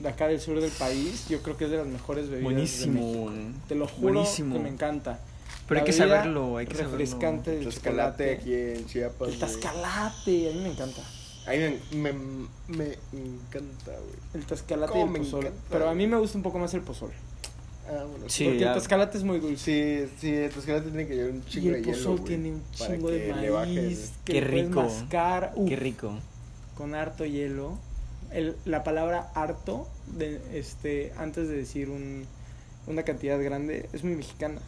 A: de acá del sur del país, yo creo que es de las mejores bebidas. de México.
C: Buenísimo.
A: Te lo juro
C: Buenísimo.
A: que me encanta.
C: Pero hay que
A: bebida
C: saberlo, hay que saberlo.
A: refrescante de chocolate.
B: aquí en Chiapas.
A: El tascalate, a mí me encanta.
B: A mí me, me, me encanta, güey.
A: El tascalate y
B: Cómo
A: el
B: me
A: pozole.
B: encanta.
A: Pero a mí me gusta un poco más el pozole.
B: Ah, bueno.
C: Sí,
A: porque
C: ya.
A: el tascalate es muy dulce.
B: Sí, sí, el tascalate tiene que llevar un
A: Y
B: chingo de
A: el
B: hielo,
A: pozol
B: güey,
A: tiene un
B: para
A: chingo de
B: que le baje, güey.
A: maíz. Que
C: Qué
A: le puedes
C: rico.
A: Mascar, uf,
C: Qué rico.
A: Con harto hielo. El- la palabra harto, de, este, antes de decir un- una cantidad grande, es muy mexicana.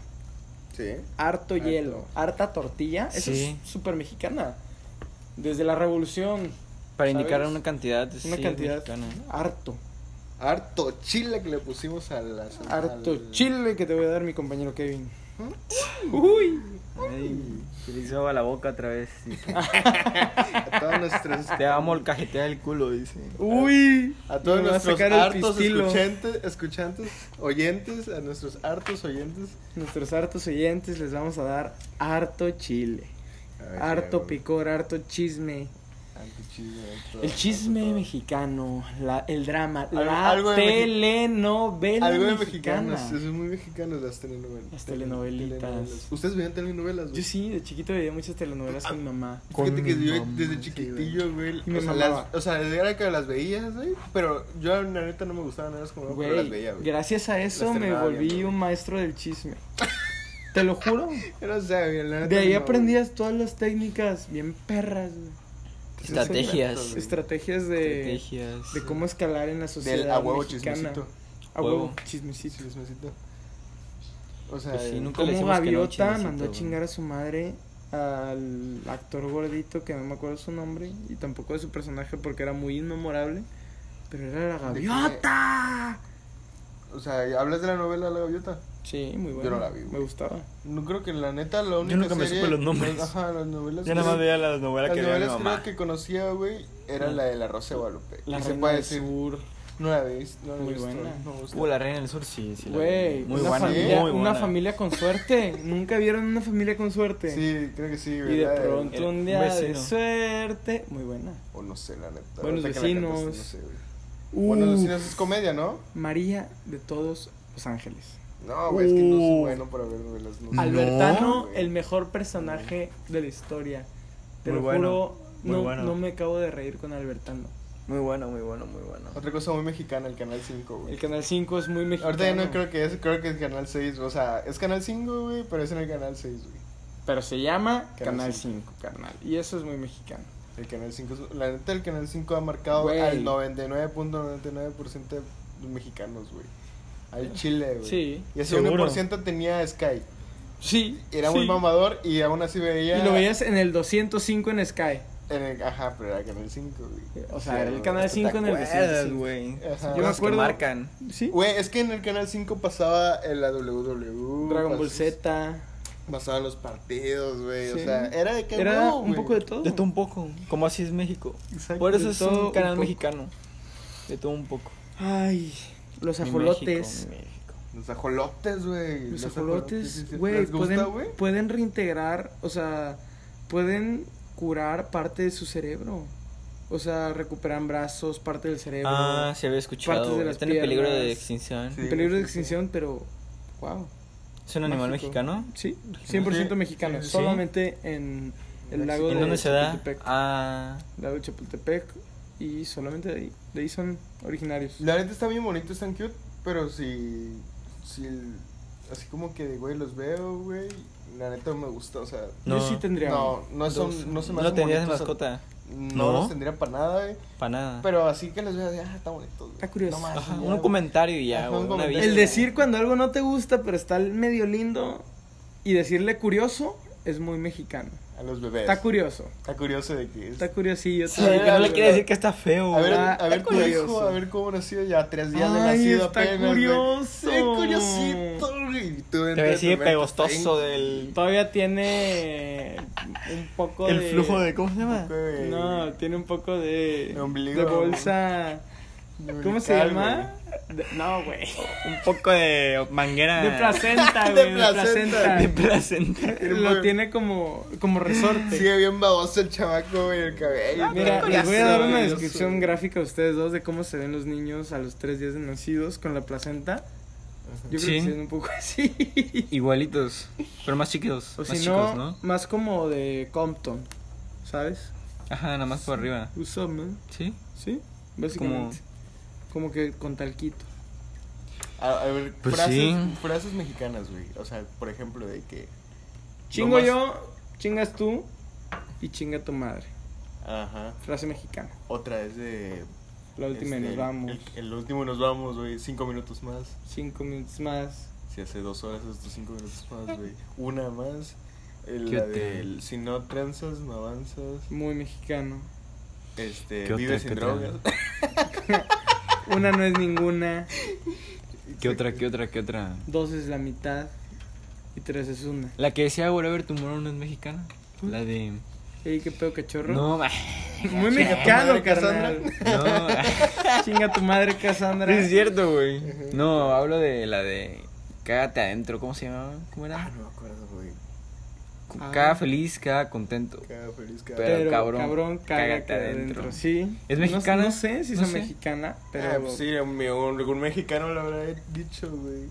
B: Sí.
A: Harto
B: Harto.
A: hielo, harta tortilla. Eso
C: Sí.
A: es súper mexicana. Desde la revolución,
C: Para indicar
A: ¿Sabes?
C: una cantidad.
A: una
C: sí,
A: cantidad
C: mexicana. ¿eh?
A: harto.
B: Harto chile que le pusimos a la
A: Harto
B: al-
A: chile que te voy a dar mi compañero Kevin.
C: Ay, se le hizo agua la boca otra vez. dice.
B: A todos nuestros.
C: Te amo el cajetear el culo, dice.
A: Uy,
B: A todos
A: me va a
B: nuestros
A: sacar el
B: hartos
A: pistilo.
B: escuchantes, escuchantes, oyentes, a nuestros hartos oyentes.
A: Nuestros hartos oyentes les vamos a dar harto chile,
B: Ay,
A: harto
B: güey.
A: picor, harto chisme.
B: Harto chisme, harto-
A: El chisme
B: harto todo.
A: mexicano, la- el drama,
B: Algo-
A: la
B: algo de Mexi-
A: telenovela
B: Algo de
A: mexicana.
B: mexicanos, es muy mexicano las telenovelas.
A: Las telenovelitas.
B: Telenovelas. ¿Ustedes veían telenovelas? güey?
A: Yo sí, de chiquito veía muchas telenovelas con mi mamá.
B: Fíjate que
E: Con
B: yo
E: mamá,
B: desde
E: sí,
B: chiquitillo, güey.
A: Y me
B: o, sea,
A: mamaba.
B: las, o sea, desde era que las veías, güey. Pero yo, la neta, no me gustaban las como pero las
A: Güey,
B: veía, güey.
A: gracias a eso
B: Las
A: me
B: terminaba
A: volví
B: viendo,
A: un
B: güey.
A: maestro del chisme. Te lo juro.
B: Yo no sé, güey, la neta,
A: De ahí
B: no,
A: aprendías todas las técnicas bien perras, güey.
B: güey.
C: Estrategias.
A: Estrategias de,
C: Estrategias.
A: de cómo escalar en la sociedad
B: Del a huevo
A: mexicana.
B: chismecito.
A: A huevo
C: Huevo.
A: chismecito.
B: Chismecito. O sea,
C: Pues sí,
B: eh,
C: nunca
A: Como
C: le decimos que no,
A: Gaviota
C: chismecito,
A: mandó a
C: güey.
A: chingar a su madre al actor gordito que no me acuerdo su nombre y tampoco de su personaje porque era muy inmemorable, pero era la
B: ¿De qué?
A: gaviota.
B: o sea, ¿hablas de la novela La Gaviota?
A: Sí, muy bueno.
B: no la vi, güey.
A: me gustaba.
B: No creo que la neta, la única
C: nunca me
B: serie-
C: supe los nombres.
B: Ajá, las novelas.
C: Ya nada más veía las novelas
B: Las
C: que veía mi
B: novelas
C: mamá.
B: creo que conocía, güey, era la de La Rosa de Guadalupe.
A: La
B: Y se
A: Reina
B: puede
A: del
B: decir,
A: Sur.
B: no la veis, no la he
A: Muy
B: visto,
A: buena.
B: no me gusta.
C: Uh, la reina del sur, sí, sí. la
A: Güey,
C: vi. muy,
A: una,
C: buena,
A: familia,
C: muy buena.
A: una familia con suerte. Nunca vieron una familia con suerte.
B: Sí, creo que sí, güey.
A: y de
B: la
A: pronto
C: el-
A: un
C: un
A: día de
C: vecino.
A: suerte. Muy buena.
B: O no sé, la neta.
A: Buenos
B: ahorita que la
A: vecinos.
B: cantaste, no sé, güey. Buenos
A: Uh,
B: vecinos es comedia, ¿no?
A: María de todos los ángeles.
B: No, güey, es que no soy
C: Uh.
B: bueno para ver novelas. No soy-
A: Albertano,
B: güey.
A: el mejor personaje de la historia. Te
C: Muy
A: lo
C: bueno,
A: juro,
C: muy
A: no,
C: bueno.
A: no me acabo de reír con Albertano.
C: Muy buena, muy buena, muy buena.
B: Otra cosa muy mexicana, el Canal 5, güey.
A: El Canal 5 es muy mexicano.
B: Ahorita ya no creo que es, creo que es Canal 6, o sea, es Canal 5, güey, pero es en el Canal 6, güey.
A: Pero se llama Canal
B: Canal
A: 5, carnal. Y eso es muy mexicano.
B: El Canal 5, es- la neta, el Canal 5 ha marcado
A: Güey.
B: al 99.99% de los mexicanos, güey. Al Chile, güey.
A: Sí.
B: Y ese
C: Seguro.
B: 1% tenía Sky.
A: Sí.
B: Era muy
A: sí.
B: mamador y aún así veía...
A: Y lo veías en el 205 en Sky.
B: En el, ajá, pero era Canal 5, güey.
A: O sea, era el
B: güey.
A: Canal 5 en el
C: Acuerdas,
A: 205.
C: güey.
B: Ajá.
A: Yo me
C: Cosas que
A: acuerdo.
C: marcan.
A: Sí.
B: Güey, es que en el Canal 5 pasaba eh, la WW.
A: Dragon Ball
B: pas-
A: Z.
B: Pasaban los partidos, güey.
A: Sí.
B: O sea, era de que
A: Era
B: no,
A: un
B: güey.
A: poco de todo.
C: De todo un poco, como así es México.
B: Exacto.
C: Por eso
A: de
C: es
A: todo
C: un
A: un
C: canal
A: poco.
C: mexicano. De todo un poco.
A: Ay, los
C: Mi
A: ajolotes.
C: México, mi México.
B: Los ajolotes, güey.
A: Los
B: sí,
A: ajolotes,
B: sí.
A: güey,
B: ¿Les gusta,
A: pueden,
B: güey?
A: pueden reintegrar, o sea, pueden curar parte de su cerebro. O sea, recuperan brazos, parte del
B: Eh,
A: cerebro.
C: Ah, se había
A: partes
C: escuchado.
A: de las
C: Está en peligro de
A: piernas.
C: extinción.
B: Sí.
A: en peligro de
B: sí, sí.
A: extinción, pero wow.
C: ¿Es un animal
A: Mágico.
C: mexicano?
A: Sí, 100%
B: Sí,
A: mexicano,
B: sí, sí.
A: solamente en el lago
C: ¿En
A: de
C: dónde se da?
A: Chapultepec.
C: Ah,
A: Lago de Chapultepec y solamente de ahí, de ahí son originarios.
B: La neta está bien bonito, están cute, pero si. Si. el- Así como que, güey, los veo, güey. La neta me gusta, o sea.
A: Yo
C: No.
A: sí tendría
B: No, no
C: dos.
B: son. No se me
C: ¿No lo
B: hacen
C: tendrías de
B: bonitos,
C: mascota?
B: No,
C: ¿No?
B: los tendría para nada, güey.
C: Para nada.
B: Pero así que les veo, así, ah, está bonito. güey.
A: Está curioso.
B: No más,
C: Ajá,
B: ya,
C: un
B: güey.
C: comentario y ya,
B: Ajá,
C: güey,
B: un
C: una
B: comentario.
C: vista.
A: El decir cuando algo no te gusta, pero está medio lindo y decirle curioso es muy mexicano.
B: A los bebés.
A: Está curioso.
B: Está curioso de que es.
A: Está curiosillo.
C: Sí, que no le quiere decir que está feo.
B: A ver,
C: güey.
A: Ah,
B: a ver
A: está
B: tu hijo,
A: curioso.
B: a ver cómo nació ya tres días de
A: Ay,
B: nacido
A: está
B: apenas. güey.
A: curioso.
B: Sí, curiosito. güey. Tú
C: Te
B: dentro
C: voy a
B: de
C: decir
B: tu mente,
C: pegostoso
B: sí,
C: del.
A: Todavía tiene un poco de...
C: El flujo de. ¿Cómo se llama?
B: güey.
A: No, tiene un poco de...
B: De ombligo.
A: de bolsa... ¿Cómo se
B: Umbilical,
A: llama? De- no, güey.
D: Un poco de manguera.
A: De placenta,
B: De
A: güey. De
B: placenta.
A: placenta.
D: De placenta.
A: Lo tiene como, como resorte.
B: Sigue bien baboso el chamaco, güey, el cabello.
A: Mira,
B: güey.
A: les voy a dar una
B: Baboso.
A: descripción gráfica a ustedes dos de cómo se ven los niños a los tres días de nacidos con la placenta. Yo creo
D: Sí.
A: que se ven un poco así.
D: Igualitos. Pero más chiquitos.
A: O
D: más
A: si
D: chicos,
A: no,
D: ¿no?
A: más como de Compton, ¿sabes?
D: Ajá, nada más por arriba.
A: Usa, man.
D: ¿Sí?
A: ¿Sí? Básicamente. Como que con talquito.
B: A, a ver,
D: Pues
B: frases,
D: sí.
B: frases mexicanas, güey. O sea, por ejemplo, de que.
A: Chingo
B: más-
A: yo, chingas tú y chinga tu madre.
B: Ajá.
A: Frase mexicana.
B: Otra es de.
A: La última y
B: este,
A: nos vamos.
B: El, el último y nos vamos, güey. Cinco minutos más.
A: Cinco minutos más.
B: Si hace dos horas, estos cinco minutos más, güey. Una más. eh,
D: ¿Qué
B: La
D: otra?
B: del. Si no tranzas, no avanzas.
A: Muy mexicano.
B: Este.
D: ¿Qué
B: Vive
D: otra,
B: sin
D: qué otra?
B: drogas.
A: Una no es ninguna.
D: ¿Qué otra, qué otra, qué otra?
A: Dos es la mitad. Y tres es una.
D: La que decía Whatever Tomorrow no es mexicana. La de.
A: Ey, qué pedo cachorro.
D: No, ma-
A: Muy
B: Chinga tu
A: mexicano,
B: madre,
A: carnal.
D: no.
A: Chinga tu madre, Cassandra.
D: es cierto, güey. No, hablo de la de. Cágate adentro. ¿Cómo se llamaba? ¿Cómo
B: Ah,
D: era?
B: no me acuerdo, güey.
A: Ah.
D: Cada feliz, cada contento.
B: Cada feliz, cada.
D: Pero,
A: Pero,
D: cabrón,
A: cabrón, cágate
D: cágate
A: adentro.
D: adentro.
A: Sí.
D: ¿Es
A: No-
D: mexicana?
A: No, sé si es
D: No sé.
A: mexicana, pero.
B: Ah, pues sí, mi- algún mexicano lo habrá dicho, güey.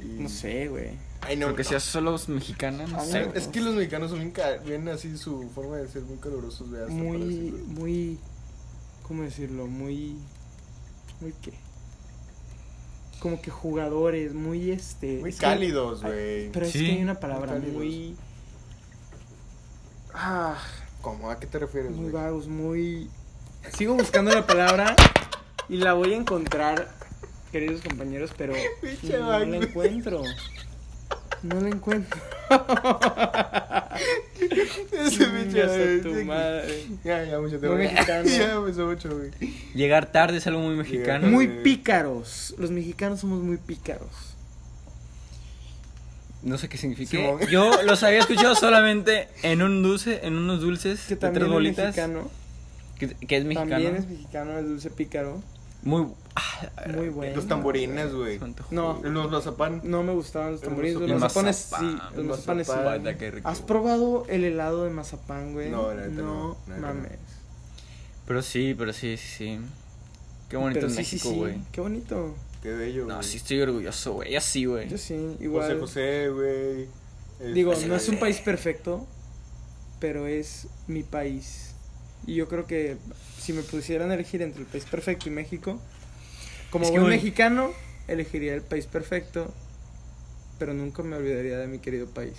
B: Y-
A: No sé, güey.
B: Ay, no,
D: Porque
B: no.
D: sea solo mexicana, no
A: Ah,
D: sé.
A: no.
D: güey.
B: Es que los mexicanos son bien, ca- bien así, su forma de ser muy calurosos, güey. hasta Este, para
A: Muy,
B: decirlo.
A: muy. ¿Cómo decirlo? Muy. Muy qué. Como que jugadores, muy este.
B: Muy
A: es que-
B: cálidos,
A: ay,
B: güey.
A: Pero es
D: Sí.
A: que hay una palabra
B: Muy
A: muy.
B: cálidos.
A: Muy,
B: Ah, ¿cómo? ¿A qué te refieres, güey?
A: vagos, muy. Sigo buscando la palabra y la voy a encontrar, queridos compañeros, pero.
B: Pinche
A: No
B: vago.
A: la encuentro. No la encuentro.
B: Ese bicho,
A: Chingas a
B: güey,
A: Mm, tu
B: sí,
A: madre.
B: Ya, ya, mucho te
A: Muy
B: voy a-
A: mexicano.
B: Ya, empezó mucho, güey.
D: Llegar tarde es algo muy mexicano.
B: Llegar
A: Muy
B: Eh.
A: pícaros. Los mexicanos somos muy pícaros.
D: No sé qué significa.
B: Simón.
D: Yo los había escuchado solamente en un dulce, en unos dulces
A: Que
D: de
A: también
D: tres
A: es
D: bolitas.
A: mexicano.
D: Que, que es mexicano.
A: También es mexicano el dulce pícaro.
D: Muy. ah,
A: Muy bueno.
B: Eh, Los tamborines, güey.
D: se me antojó.
A: No.
B: Los mazapán.
A: No me gustaban los
B: El
A: tamborines.
B: mazapán.
A: Los
D: El
A: mazapanes
D: mazapán.
A: sí.
B: El
A: Los mazapanes sí.
B: mazapán.
D: Vaya, qué rico.
A: ¿Has probado el helado de mazapán, güey?
B: No, la neta no,
A: No,
B: la neta no.
A: mames.
D: Pero sí, pero sí, sí, sí. Qué bonito
A: Pero
D: es
A: sí, sí,
D: México,
A: sí.
D: güey.
A: Qué bonito.
B: Qué bello, güey.
D: No, sí estoy orgulloso, güey. Así, güey.
A: Yo sí,
B: José
A: igual.
B: José, güey.
A: Digo,
B: Este,
A: no es un país perfecto, pero es mi país. Y yo creo que si me pusieran a elegir entre el país perfecto y México, como
D: Es que
A: buen
D: voy-
A: mexicano, elegiría el país perfecto, pero nunca me olvidaría de mi querido país.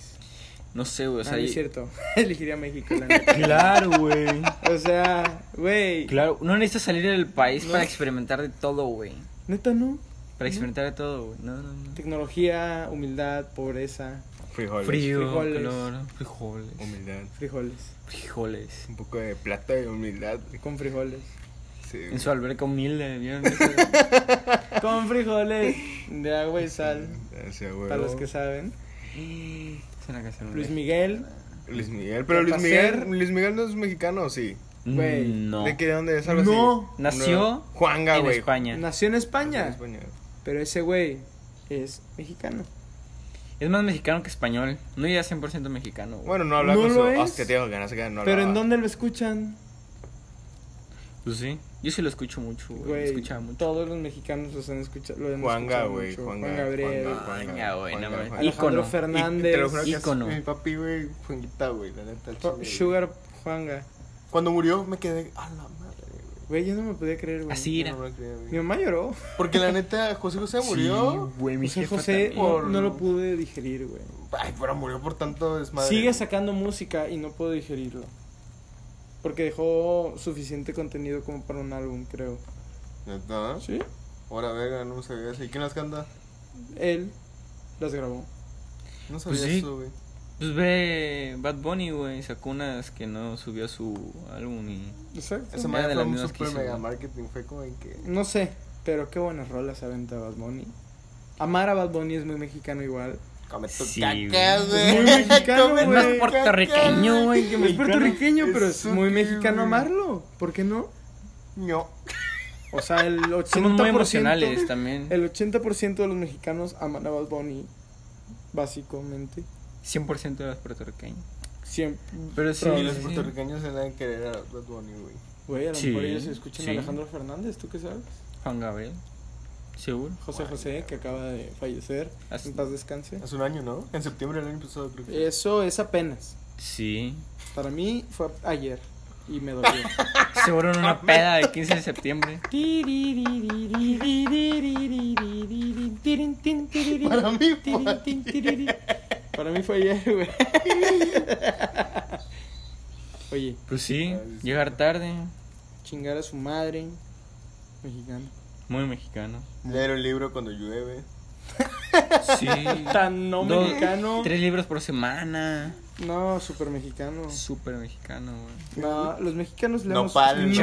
D: No sé, güey. O
A: Ah,
D: sea,
A: no es
D: y-
A: cierto, elegiría México, la neta.
D: Claro, güey.
A: O sea, güey,
D: Claro, no necesitas salir del país
A: No.
D: para experimentar de todo, güey.
A: neta no.
D: Para experimentar de todo, güey. No, no, no.
A: Tecnología, humildad, pobreza,
B: Frijoles.
D: Frío,
A: frijoles.
D: calor, frijoles.
B: Humildad.
A: frijoles,
D: Frijoles.
B: Un poco de plata y humildad.
A: con frijoles.
B: Sí, güey.
D: En su alberca humilde, ¿vieron?
A: Con frijoles de agua y sal,
B: Ese, güey.
A: para los que saben.
D: es una canción.
A: Luis Miguel,
B: Luis Miguel, pero Luis
A: Para
B: Miguel,
A: ser-
B: Luis Miguel no es mexicano, sí.
A: Güey.
D: Mm, No.
B: ¿De qué de dónde es algo
A: No.
B: así?
D: Nació
B: No. Juanga,
D: en
B: güey.
D: España.
A: Nació en
B: Nació
A: España,
B: en España.
A: pero ese güey es mexicano.
D: Es más mexicano que español. No ya 100% mexicano. güey.
B: Bueno, no hablaba
A: No
B: con su.
A: lo es.
B: Hostia, tengo ganas de que no
A: pero ¿en
B: hablaba.
A: dónde lo escuchan?
D: Pues sí. Yo sí lo escucho mucho, güey. Lo
A: Güey,
D: escuchaba mucho.
A: todos los mexicanos los han escuchado. Lo han
B: Juanga,
A: escuchado
B: güey.
A: mucho.
B: Juanga,
A: Juan Gabriel,
B: Juanga,
D: Juanga, güey, no mames.
B: Juanga.
A: Alejandro
D: Ícono.
A: Fernández,
B: Y te lo juro que es
D: ícono.
B: Mi papi, güey, Juanguita, güey, la neta. al chile, güey.
A: Sugar Juanga.
B: Cuando murió me quedé a la madre, güey.
A: Güey, yo no me podía creer, güey.
D: Así. Mira.
B: Yo no me lo creía, güey.
A: Mi mamá lloró.
B: Porque la neta, José José murió.
D: Sí, güey, mi
A: José
D: jefa
A: José
D: también.
A: no, no lo pude digerir, güey.
B: Ay, pero murió por tanto desmadre.
A: Sigue
B: güey.
A: sacando música y no puedo digerirlo. Porque dejó suficiente contenido como para un álbum, creo.
B: ¿Neta?
A: ¿Sí?
B: Ahora, verga, no sabía eso. ¿Y quién las canta?
A: Él las grabó.
B: No sabía
D: Pues sí.
B: eso, güey.
D: Pues ve Bad Bunny, güey. Sacó unas que no subió a su álbum y...
A: Exacto.
B: Esa
D: Era
B: madre
D: de
B: fue
D: las
B: un
D: mismas
B: super
D: que hizo,
B: mega
D: güey.
B: marketing. Fue como en que.
A: No sé, pero qué buenas rolas aventa Bad Bunny. Amar a Bad Bunny es muy mexicano igual.
B: Come tu
D: Sí,
B: caca,
D: güey.
B: güey.
A: Muy mexicano, güey.
B: Come tu
A: No es
B: caca,
D: puertorriqueño, güey,
A: Es puertorriqueño, pero es
B: Eso
A: muy
B: que,
A: mexicano
B: güey.
A: amarlo. ¿Por qué no?
B: No.
A: O sea, el 80%.
C: Somos muy emocionales también.
A: El 80% de los mexicanos aman a Bad Bunny, básicamente.
D: 100% de los puertorriqueños.
A: Siempre.
C: Pero sí,
B: Y los
C: sí.
B: puertorriqueños se deben querer a Bad Bunny, güey.
A: Güey, a lo
D: Sí,
A: mejor ellos escuchan a
D: sí.
A: Alejandro Fernández, ¿tú qué sabes?
D: Juan Gabriel. Seguro.
A: José José, que acaba de fallecer.
D: As-
A: En paz descanse.
B: Hace un año, ¿no? En septiembre del año pasado, creo que.
A: Eso es apenas.
D: Sí.
A: Para mí fue ayer. Y me dolió.
D: Seguro en una peda de 15 de septiembre.
B: Para mí, fue-
A: Para mí fue ayer, güey. Oye,
D: Pues sí, llegar tarde.
A: chingar a su madre. Mexicano.
D: Muy mexicano.
B: leer un libro cuando llueve.
D: Sí.
A: Tan no
D: Dos-
A: mexicano.
D: Tres libros por semana.
A: No, súper mexicano.
D: Súper mexicano, güey.
A: No, los mexicanos leemos
B: Nopal,
A: medio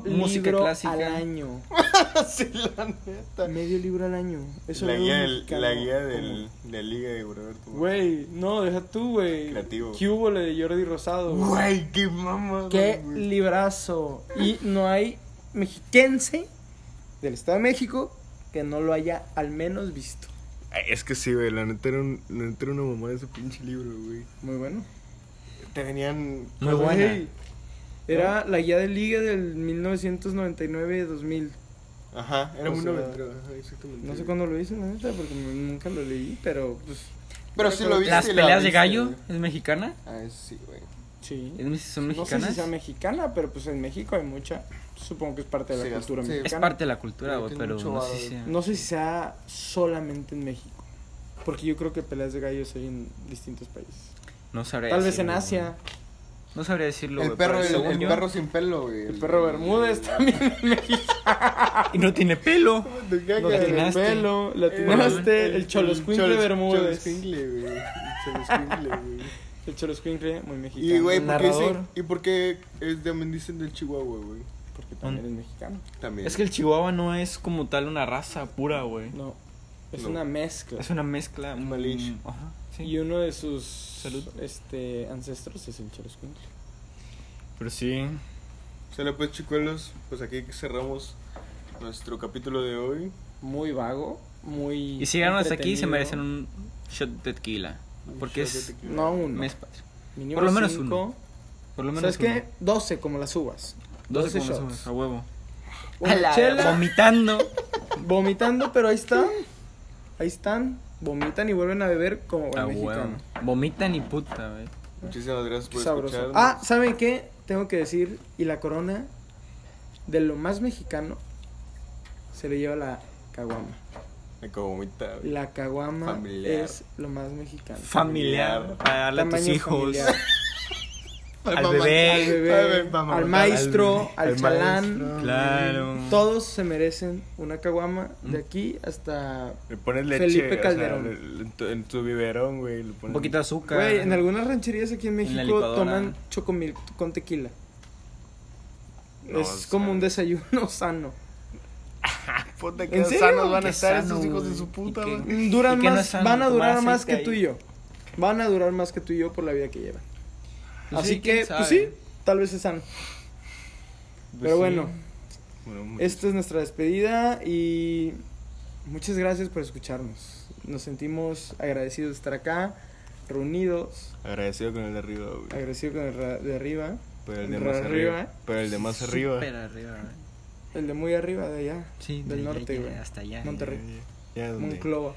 D: charm, música
A: libro
D: clásica.
A: al año.
B: sí, la neta.
A: Medio libro al año. Eso
B: la,
A: lee un
B: guía del,
A: mexicano.
B: la guía del, de Liga de Roberto.
A: Güey, no, deja tú, güey.
B: Creativo.
A: ¿Qué hubo le de Jordi Rosado? güey?
B: Güey, qué mamada.
A: Qué
B: güey.
A: librazo. Y no hay mexiquense del Estado de México que no lo haya al menos visto.
B: Ay, Es que sí, güey, la neta era, un, la neta era una mamada ese pinche libro, güey.
A: Muy bueno.
B: Te venían... Güey,
D: Muy buena.
A: Era la guía de liga del 1999-2000.
B: Ajá, era
A: O
B: muy
A: sea,
B: noventero. Ajá, exactamente.
A: No sé
B: güey.
A: cuándo lo hice, la neta, porque nunca lo leí, pero pues
B: Pero sí lo viste.
D: Las
B: y la
D: peleas de
B: viste,
D: gallo.
B: güey.
D: ¿Es mexicana?
B: Ah, sí, güey.
A: sí.
D: ¿Es- ¿Son
A: No sé si
D: mexicanas?
A: sea mexicana, pero pues en México hay mucha. Supongo que es parte de la
B: Sí,
A: cultura
B: sí.
A: mexicana.
D: Es parte de la cultura,
B: Pero
D: güey,
B: tiene
D: pero
B: mucho
D: no
B: varo,
D: sé si
B: güey.
D: sea-
A: No sé si sea solamente en México. Porque yo creo que peleas de gallos hay en distintos países.
D: No sabría
A: Tal vez en
D: decirlo, güey.
A: Asia.
D: No sabría decirlo,
B: El
D: güey,
B: perro,
D: pero
B: el,
D: según
B: el
D: yo-
B: perro sin pelo, güey.
A: El perro Bermúdez también en México.
D: Y no tiene pelo.
A: Lo
D: Lo
A: el
D: atinaste.
A: pelo,
D: Eh,
A: lo
D: este,
A: atinaste, Este, el Choloscuincle Bermúdez.
B: Choloscuincle, güey. El Choloscuincle, güey.
A: El Choloscuincle, muy mexicano.
B: Y, güey, ¿por qué
D: narrador.
B: dicen- ¿y por qué es- también dicen del Chihuahua, güey?
A: Porque también es mexicano.
B: También.
D: Es que el chihuahua no es como tal una raza pura, güey.
A: No, es
B: No.
A: una mezcla.
D: Es una mezcla.
B: Una leash.
D: mm, Ajá, sí.
A: Y uno de sus
D: Salud.
A: este ancestros es el Choloscuincle.
D: Pero sí.
B: Sale pues, chicuelos, pues aquí cerramos nuestro capítulo de hoy.
A: Muy vago, muy.
D: Y si llegaron hasta aquí, se
A: entretenido.
D: merecen un shot de tequila. Porque
B: Un shot de
D: es
B: tequila.
A: No, uno.
D: mes patrio.
A: Mínimo
D: por lo menos
A: cinco.
D: uno. Por lo menos.
A: ¿Sabes qué? 12 como las uvas. 12
D: 12 shots.
A: shots.
D: A huevo.
A: Una chela,
D: Vomitando.
A: vomitando, pero ahí están. Ahí están. Vomitan y vuelven a beber como buen
D: A huevo.
A: mexicano.
D: Vomitan y puta, güey.
B: Muchísimas gracias
A: Qué
B: por
A: sabroso.
B: escucharnos.
A: Ah, ¿saben qué? Tengo que decir, y la corona de lo más mexicano se le lleva la caguama.
B: Me acabo de vomitar, güey.
A: La caguama
B: Familiar.
A: es lo más mexicano.
D: Familiar. Para darle a tus
A: Tamaño
D: hijos.
A: familiar.
B: Ay,
D: al
B: mamá,
D: bebé.
A: al bebé,
B: Ay, mamá,
A: al
B: mamá.
A: maestro, al,
B: Al
A: chalán.
B: maestro.
D: Claro.
A: Todos se merecen una caguama de aquí hasta
B: Le pones leche.
A: Felipe
B: o sea,
A: Calderón.
B: le- le- en, tu, en tu biberón, güey. le
D: Un
B: pones-
D: poquito de azúcar.
A: Güey, en algunas rancherías aquí en
D: En la
A: México
D: licuadora.
A: toman chocomil con tequila.
B: No,
A: es
B: o sea,
A: como un desayuno sano.
B: Puta,
A: ¿En
B: que
A: serio?
B: sanos van
D: Qué
B: a estar
D: sano,
B: esos hijos
D: güey.
B: de su puta,
D: ¿Y qué?
B: güey.
A: Mm, Duran
D: ¿Y qué no
A: más,
D: es sano?
A: van a durar
D: Tomar
A: más que
D: aceite
A: tú
D: ahí.
A: y yo. Van a durar más que tú y yo por la vida que llevan.
D: Pues
A: Así
D: sí, quién
A: que, pues
D: sabe. Pues
A: sí, tal vez es sano. Pero
D: sí.
A: bueno,
B: Bueno, muchas-
A: esta es nuestra despedida y muchas gracias por escucharnos. Nos sentimos agradecidos de estar acá, reunidos,
B: Agradecido con el de arriba, güey.
A: agradecidos con el ra- de arriba,
B: Pero el de
A: Ra-
B: más arriba.
A: arriba.
B: Pero el de más arriba.
D: Súper arriba, güey.
A: el de muy arriba de allá,
D: Sí,
A: del
D: de allá,
A: norte,
D: ya,
A: güey.
D: Hasta allá.
A: Monterrey.
B: Ya, ¿dónde?
A: Monclova.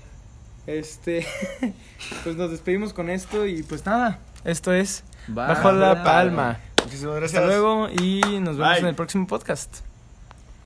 A: Este, pues nos despedimos con esto y pues nada, esto es
D: Bajo
A: Bajo la Palma.
B: Muchísimas gracias.
C: Hasta luego y nos vemos
B: Bye.
C: en el próximo podcast.